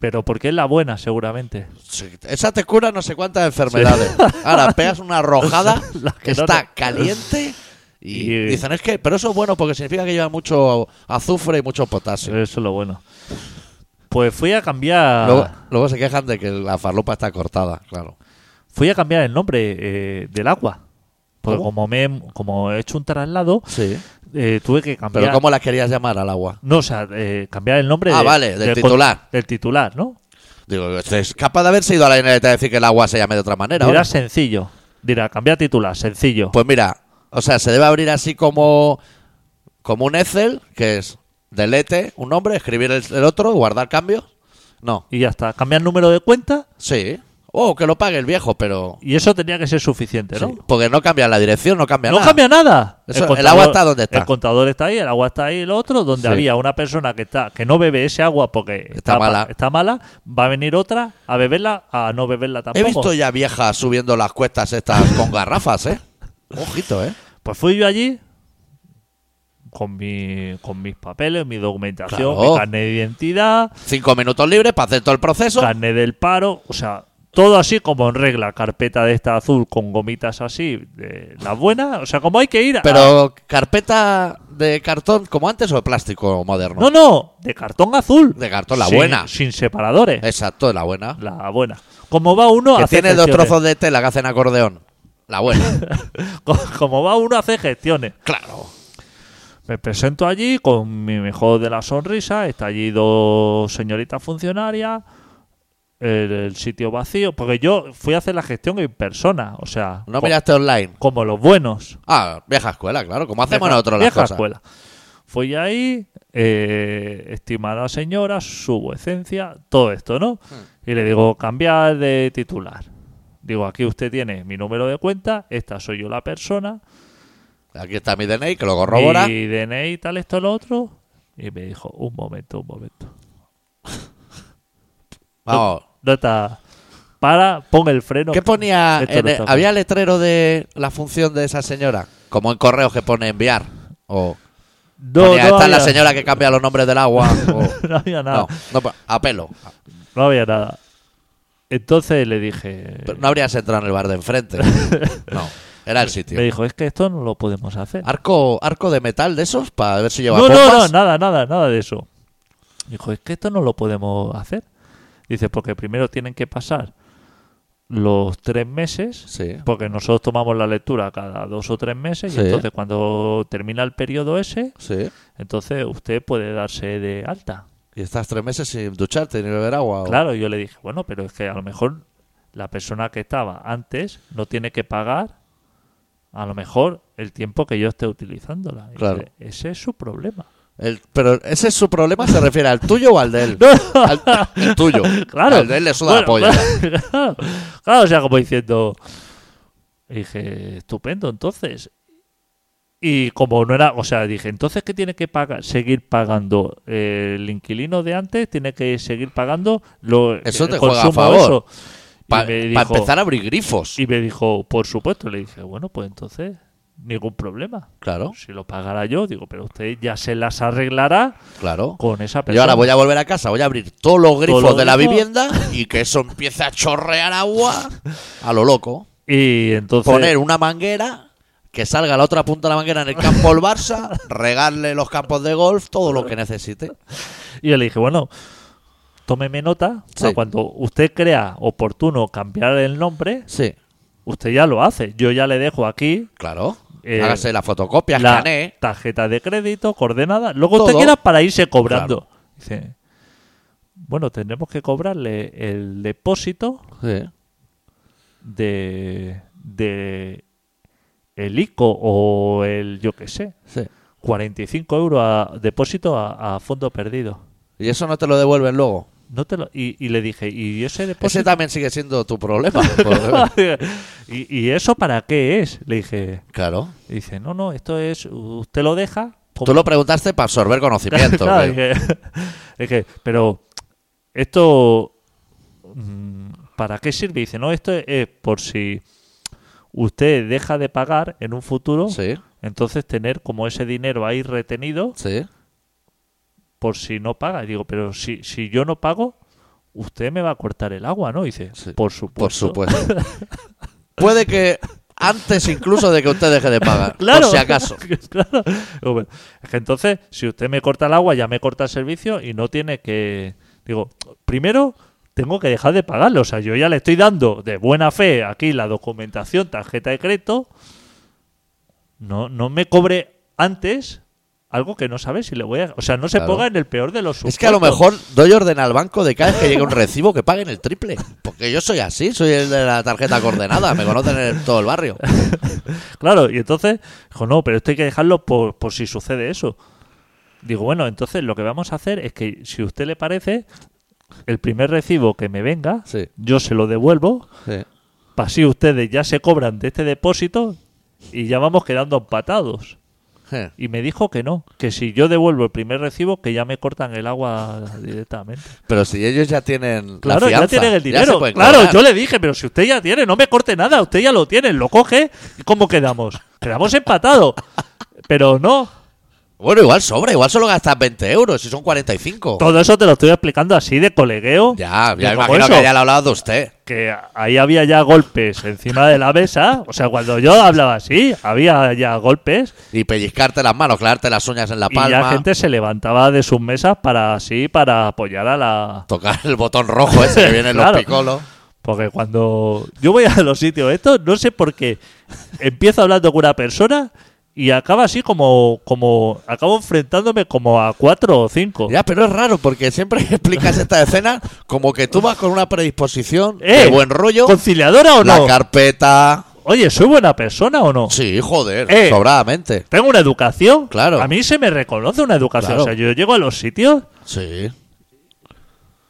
S2: Pero porque es la buena, seguramente.
S1: Sí, Esa te cura no sé cuántas enfermedades. Ahora pegas una rojada
S2: La
S1: que
S2: que no
S1: está
S2: te-
S1: caliente y,
S2: Y-
S1: dicen es que, pero eso es bueno porque significa que lleva mucho azufre y mucho potasio.
S2: Eso es lo bueno. Pues fui a cambiar.
S1: Luego, luego se quejan de que la farlopa está cortada, claro.
S2: Fui a cambiar el nombre eh, del agua. Porque
S1: ¿Cómo?
S2: como me he- como he hecho un traslado,
S1: Sí.
S2: eh, tuve que cambiar.
S1: Pero ¿cómo las querías llamar al agua?
S2: No, o sea, eh, cambiar el nombre.
S1: Ah,
S2: de-
S1: vale, del
S2: con-
S1: titular.
S2: Del titular, ¿no?
S1: Digo, es capaz de haberse ido a la NLT a decir que el agua se llame de otra manera.
S2: Dirá
S1: ahora?
S2: sencillo. Dirá, cambiar titular, sencillo.
S1: Pues mira, o sea, se debe abrir así como, como un Excel, que es delete un nombre, escribir el, el otro, guardar cambios. No,
S2: Y ya está. Cambiar número de cuenta
S1: sí. O que lo pague el viejo, pero.
S2: y eso tenía que ser suficiente, ¿no?
S1: sí, porque no cambia la dirección, no cambia
S2: No
S1: nada.
S2: cambia nada.
S1: Eso, el agua está donde está.
S2: El contador está ahí, el agua está ahí, el otro, donde
S1: Sí.
S2: había una persona que está que no bebe ese agua porque
S1: Está mala.
S2: está mala, va a venir otra a beberla, a no beberla
S1: He
S2: tampoco.
S1: visto ya viejas subiendo las cuestas estas con garrafas, ¿eh? Ojito, ¿eh?
S2: Pues fui yo allí con mi con mis papeles, mi documentación,
S1: Claro.
S2: mi carnet de identidad,
S1: Cinco minutos libres para hacer todo el proceso.
S2: carnet del paro, o sea, todo así como en regla, carpeta de esta azul con gomitas así, de las buenas, o sea, como hay que ir a-
S1: Pero carpeta de cartón como antes o de plástico moderno.
S2: No, no, de cartón azul.
S1: De cartón, la
S2: Sin-
S1: buena.
S2: Sin separadores.
S1: Exacto, de la buena.
S2: La buena. Como va uno
S1: Que
S2: hace
S1: tiene dos
S2: gestiones.
S1: trozos de tela que hacen acordeón. La buena.
S2: Co- Como va uno hace gestiones.
S1: claro.
S2: Me presento allí con mi mejor de la sonrisa. Está allí dos señoritas funcionarias. El, el sitio vacío. Porque yo fui a hacer la gestión en persona. O sea,
S1: No
S2: co-
S1: miraste online.
S2: como los buenos.
S1: Ah, vieja escuela, claro. Como hacemos
S2: Vieja-
S1: nosotros las
S2: vieja
S1: cosas.
S2: escuela. Fui ahí, eh, estimada señora, su vuecencia, todo esto, ¿no?
S1: Hmm.
S2: Y le digo, cambiar de titular. Digo, aquí usted tiene mi número de cuenta, esta soy yo la persona,
S1: Aquí está mi DNI, que lo corrobora.
S2: mi DNI, tal, esto, lo otro. Y me dijo, un momento, un momento.
S1: Vamos.
S2: No está... Para, pon el freno.
S1: ¿Qué ponía?
S2: Esto
S1: en
S2: no
S1: el-
S2: está mal.
S1: ¿Había letrero de la función de esa señora? Como en correos que pone enviar. O
S2: No,
S1: ponía,
S2: no
S1: esta es la
S2: había-
S1: señora que cambia los nombres del agua. o-
S2: no había nada.
S1: no, no, pa- a pelo.
S2: No había nada. Entonces le dije...
S1: Pero no habrías entrado en el bar de enfrente. No, era el sitio.
S2: me dijo, es que esto no lo podemos hacer.
S1: Arco, arco de metal de esos para ver si lleva
S2: No, no,
S1: bombas.
S2: no, nada, nada, nada de eso. Dijo, es que esto no lo podemos hacer. Dice, porque primero tienen que pasar los tres meses,
S1: Sí.
S2: porque nosotros tomamos la lectura cada dos o tres meses,
S1: Sí.
S2: y entonces cuando termina el periodo ese,
S1: Sí.
S2: entonces usted puede darse de alta.
S1: Y estás tres meses sin ducharte ni beber agua. o-
S2: Claro, yo le dije, bueno, pero es que a lo mejor la persona que estaba antes no tiene que pagar a lo mejor el tiempo que yo esté utilizándola. Y
S1: Claro.
S2: dice, Ese es su problema.
S1: El- pero ese es su problema, ¿se refiere al tuyo o al de él? Al, el tuyo.
S2: Claro.
S1: Al de él le suda la
S2: Bueno,
S1: polla.
S2: Claro, Claro, o sea, como diciendo. Dije, estupendo, entonces. Y como no era, o sea, dije, entonces que tiene que pagar, seguir pagando Eh, el inquilino de antes, tiene que seguir pagando lo,
S1: Eso
S2: el
S1: te juega a
S2: consumo,
S1: favor.
S2: eso. Y
S1: Para
S2: me dijo-
S1: empezar a abrir grifos.
S2: Y me dijo, por supuesto, le dije, bueno, pues entonces, ningún problema.
S1: Claro,
S2: Si lo pagara yo, digo, pero usted ya se las arreglará
S1: claro.
S2: con esa persona.
S1: Yo ahora voy a volver a casa, voy a abrir todos los grifos
S2: los
S1: de la
S2: grifos.
S1: vivienda y que eso empiece a chorrear agua a lo loco.
S2: Y entonces.
S1: Poner una manguera que salga a la otra punta de la manguera en el campo del Barça, regarle los campos de golf, todo lo que necesite.
S2: Y yo le dije, bueno, tómeme nota.
S1: Sí.
S2: para cuando usted crea oportuno cambiar el nombre,
S1: Sí,
S2: usted ya lo hace. Yo ya le dejo aquí
S1: claro.
S2: Eh,
S1: Hágase la fotocopia,
S2: la
S1: escanee.
S2: tarjeta de crédito, coordenadas, luego usted
S1: Todo.
S2: quiera para irse cobrando. Dice, bueno, tendremos que cobrarle el depósito
S1: Sí.
S2: de, de el ICO o el yo qué sé.
S1: Sí.
S2: 45 euros a depósito a, a fondo perdido.
S1: Y eso no te lo devuelven luego.
S2: No te lo- y, y le dije, ¿y ese
S1: Ese
S2: depósito?
S1: también sigue siendo tu problema. porque-
S2: ¿Y, ¿Y eso para qué es? Le dije,
S1: claro.
S2: dice, no, no, esto es, usted lo deja. como-
S1: Tú lo preguntaste para absorber conocimiento.
S2: Claro,
S1: creo.
S2: dije, dije, pero esto, mm, ¿para qué sirve? Dice, no, esto es por si usted deja de pagar en un futuro,
S1: Sí,
S2: entonces tener como ese dinero ahí retenido
S1: sí.
S2: por si no paga. Y digo, pero si, si yo no pago, usted me va a cortar el agua, ¿no? Dice,
S1: Sí,
S2: por supuesto.
S1: Por supuesto. Puede que antes incluso de que usted deje de pagar.
S2: Claro.
S1: Por si acaso.
S2: claro. Digo, bueno, es que entonces, si usted me corta el agua, ya me corta el servicio y no tiene que. Digo, primero tengo que dejar de pagarlo. O sea, yo ya le estoy dando de buena fe aquí la documentación, tarjeta de crédito. No, no me cobre antes algo que no sabe si le voy a. O sea, no se
S1: Claro.
S2: ponga en el peor de los
S1: Es que a lo
S2: supuestos.
S1: mejor doy orden al banco de cada vez que llegue un recibo que paguen el triple. Porque yo soy así, soy el de la tarjeta coordenada, me conocen en todo el barrio.
S2: Claro, y entonces dijo, no, pero esto hay que dejarlo por, por si sucede eso. Digo, bueno, entonces lo que vamos a hacer es que, si a usted le parece, el primer recibo que me venga,
S1: Sí.
S2: yo se lo devuelvo,
S1: Sí.
S2: para así ustedes ya se cobran de este depósito y ya vamos quedando empatados.
S1: Je.
S2: Y me dijo que no, que si yo devuelvo el primer recibo, que ya me cortan el agua directamente.
S1: Pero si ellos ya tienen la
S2: Claro, ya
S1: fianza,
S2: tienen el
S1: se
S2: dinero.
S1: pueden
S2: claro,
S1: cobrar.
S2: yo le dije, pero si usted ya tiene, no me corte nada, usted ya lo tiene, lo coge. ¿Y cómo quedamos? Quedamos empatados. Pero no,
S1: Bueno, igual sobra, igual solo gastas 20 euros, si son 45.
S2: todo eso te lo estoy explicando así de colegueo.
S1: Ya,
S2: De
S1: ya
S2: como
S1: imagino
S2: eso,
S1: que ya le ha hablado de usted.
S2: que ahí había ya golpes encima de la mesa. O sea, cuando yo hablaba así, había ya golpes
S1: Y pellizcarte las manos, clavarte las uñas en la
S2: y ya
S1: palma,
S2: gente se levantaba de sus mesas para así, para apoyar a la.
S1: tocar el botón rojo ese que viene en
S2: Claro.
S1: los picolos.
S2: Porque cuando yo voy a los sitios estos, no sé por qué empiezo hablando con una persona y acaba así como, como acabo enfrentándome como a cuatro o cinco.
S1: Ya, pero es raro porque siempre explicas esta escena como que tú vas con una predisposición
S2: Eh,
S1: de buen rollo,
S2: ¿Conciliadora o
S1: la
S2: no?
S1: carpeta.
S2: Oye, ¿soy buena persona o no?
S1: Sí, joder,
S2: Eh.
S1: sobradamente.
S2: Tengo una educación.
S1: Claro.
S2: A mí se me reconoce una educación.
S1: Claro.
S2: O sea, yo llego a los sitios,
S1: Sí,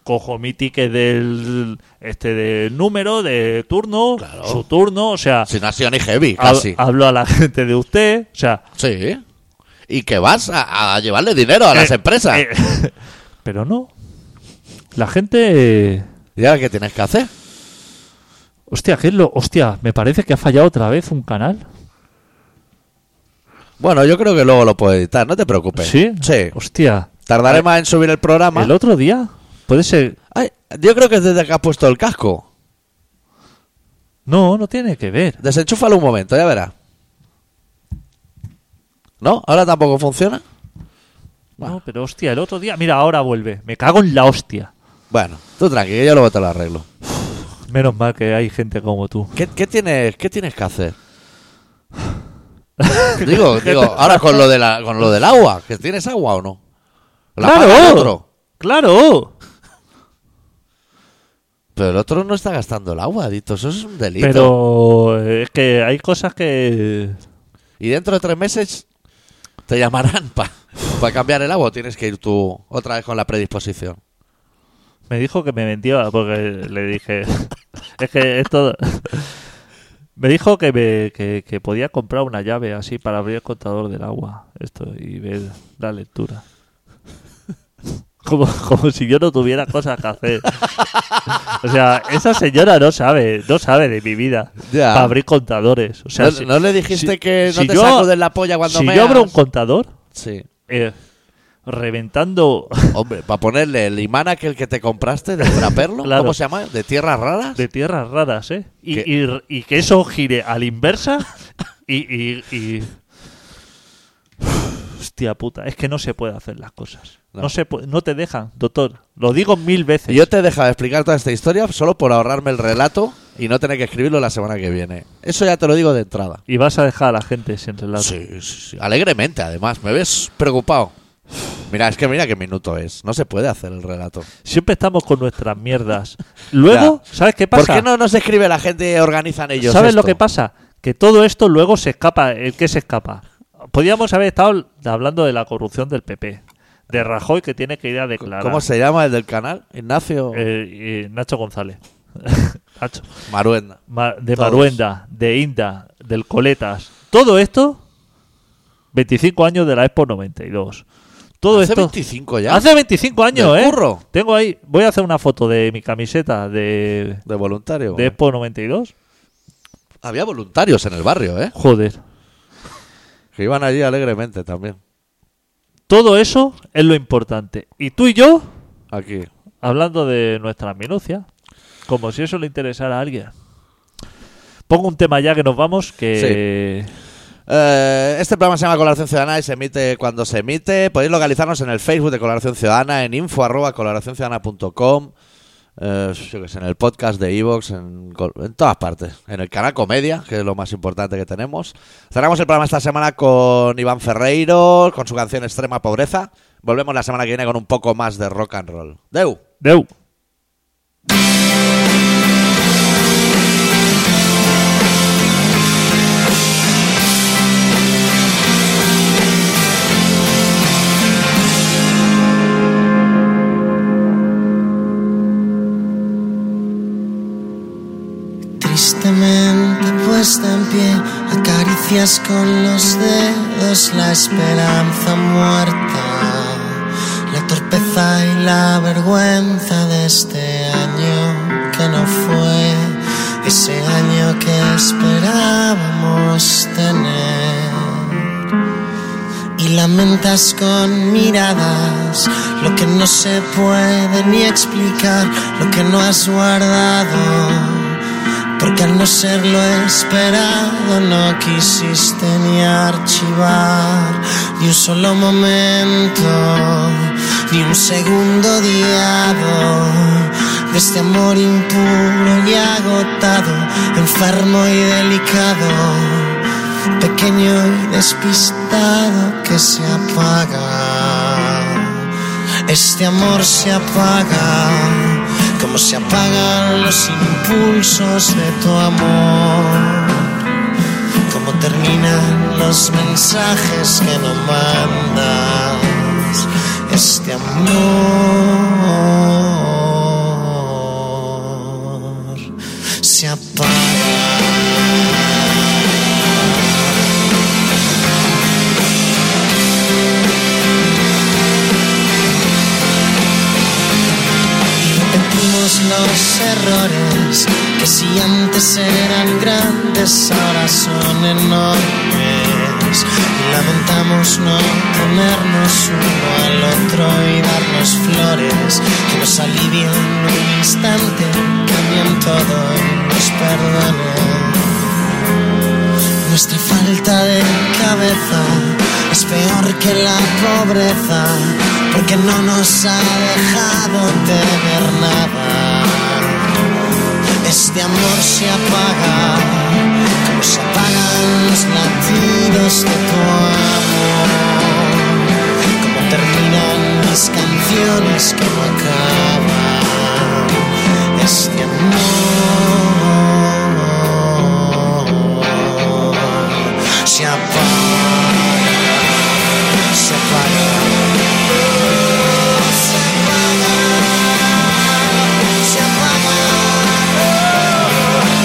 S2: cojo mi ticket del este del número, de turno,
S1: Claro.
S2: su turno, o sea,
S1: si no ha sido ni heavy,
S2: hab-
S1: casi.
S2: hablo a la gente de usted, o sea,
S1: Sí. ¿Y que vas a, a llevarle dinero a las
S2: Eh,
S1: empresas?
S2: eh, pero no. La gente. eh,
S1: ¿Y ahora qué tienes que hacer?
S2: Hostia, ¿qué es lo.? Hostia, me parece que ha fallado otra vez un canal.
S1: Bueno, yo creo que luego lo puedo editar, no te preocupes.
S2: ¿Sí?
S1: Pues, Sí.
S2: Hostia.
S1: Tardaré
S2: Eh,
S1: más en subir el programa.
S2: El otro día. Puede ser.
S1: Ay, yo creo que es desde que has puesto el casco.
S2: No, no tiene que ver.
S1: Desenchúfalo un momento, ya verás. ¿No? ¿Ahora tampoco funciona?
S2: No, pero hostia, el otro día. Mira, ahora vuelve. Me cago en la hostia.
S1: Bueno, tú tranquilo, yo luego te lo arreglo.
S2: Menos mal que hay gente como tú.
S1: ¿Qué, qué tienes, ¿Qué tienes que hacer? digo, digo, ahora con lo, de la, con lo del agua, que tienes agua o no. La paga el otro.
S2: ¡Claro!
S1: Pero el otro no está gastando el agua, Dito, eso es un delito.
S2: Pero eh, es que hay cosas que.
S1: Y dentro de tres meses te llamarán para cambiar el agua. o Tienes que ir tú otra vez con la predisposición.
S2: Me dijo que me mentía porque le dije. es que esto. me dijo que, me, que, que podía comprar una llave así para abrir el contador del agua. Esto y ver la lectura. Como, como si yo no tuviera cosas que hacer. O sea, esa señora no sabe, no sabe de mi vida.
S1: Ya.
S2: Para abrir contadores. O sea,
S1: Ah. ¿No,
S2: si-
S1: no le dijiste
S2: si-
S1: que no
S2: si
S1: te
S2: yo-
S1: sacudes la polla cuando
S2: si
S1: meas?
S2: yo abro un contador,
S1: Sí.
S2: eh, reventando
S1: Hombre, para ponerle el imán aquel que te compraste del traperlo,
S2: Claro.
S1: ¿cómo se llama? ¿De tierras raras?
S2: de tierras raras, ¿eh? Y,
S1: ¿Qué?
S2: y r- y que eso gire a la inversa y, y- y- Hostia puta, es que no se puede hacer las cosas. No,
S1: No.
S2: se pu- no te dejan, doctor. Lo digo mil veces.
S1: Yo te he dejado de explicar toda esta historia solo por ahorrarme el relato y no tener que escribirlo la semana que viene. Eso ya te lo digo de entrada.
S2: Y vas a dejar a la gente sin relato.
S1: Sí, sí, sí. Alegremente, además. Me ves preocupado. Mira, es que mira qué minuto es. No se puede hacer el relato.
S2: Siempre estamos con nuestras mierdas. Luego, ¿sabes qué pasa?
S1: ¿Por qué no nos escribe la gente y organizan ellos?
S2: ¿Sabes lo
S1: esto?
S2: que pasa? Que todo esto luego se escapa. ¿El qué se escapa? Podríamos haber estado hablando de la corrupción del PP, de Rajoy que tiene que ir a declarar.
S1: ¿Cómo se llama el del canal? Ignacio
S2: Eh, eh, Nacho González. Nacho.
S1: Maruenda.
S2: Ma- de
S1: Todos.
S2: Maruenda, de Inda, del Coletas. Todo esto, 25 años de la Expo 92. Todo
S1: Hace
S2: esto.
S1: 25 ya.
S2: Hace 25 años,
S1: Del
S2: ¿eh?
S1: curro.
S2: Tengo ahí. Voy a hacer una foto de mi camiseta de,
S1: De voluntario.
S2: de Expo 92.
S1: Había voluntarios en el barrio, ¿eh?
S2: Joder.
S1: Que iban allí alegremente también.
S2: Todo eso es lo importante. Y tú y yo,
S1: Aquí.
S2: hablando de nuestras minucias, como si eso le interesara a alguien. Pongo un tema ya que nos vamos, que...
S1: Eh, este programa se llama Colaboración Ciudadana y se emite cuando se emite. Podéis localizarnos en el Facebook de Colaboración Ciudadana, en info arroba colaboracionciudadana.com, eh, yo qué sé, en el podcast de Evox, en, col- en todas partes. En el canal Comedia, que es lo más importante que tenemos. Cerramos el programa esta semana con Iván Ferreiro, con su canción Extrema Pobreza. Volvemos la semana que viene con un poco más de rock and roll. Deu.
S2: Deu.
S4: Tristemente puesta en pie, acaricias con los dedos la esperanza muerta, la torpeza y la vergüenza de este año que no fue ese año que esperábamos tener y lamentas con miradas lo que no se puede ni explicar, lo que no has guardado, porque al no ser lo esperado no quisiste ni archivar ni un solo momento, ni un segundo odiado de este amor impuro y agotado, enfermo y delicado pequeño y despistado que se apaga. Este amor se apaga, como se apagan los impulsos de tu amor. Como terminan los mensajes que no mandas. Este amor se apaga. Repetimos los errores que si antes eran grandes ahora son enormes. Y lamentamos no ponernos uno al otro y darnos flores que nos alivian un instante, cambien todo y nos perdonen. Nuestra falta de cabeza es peor que la pobreza, porque no nos ha dejado de ver nada. Este amor se apaga, como se apagan los latidos de tu amor, como terminan las canciones que no acaban. Este amor se apaga, se apaga. Se apaga,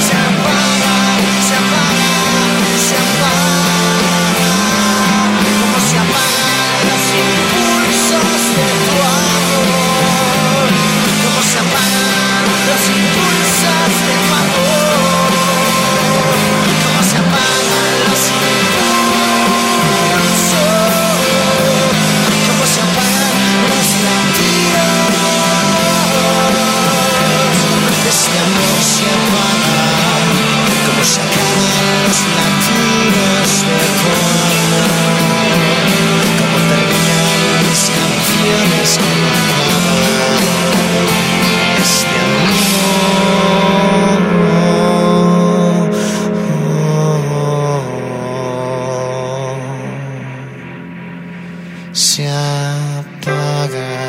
S4: se apaga, se apaga, se apaga, como se apagan los impulsos de tu amor, como se apagan los impulsos de tu amor, como se apagan los impulsos, como se apagan los latidos, este amor se apaga. Como se acaban los latidos de tu amor, como terminan mis canciones que no acaban. Este amor se apaga.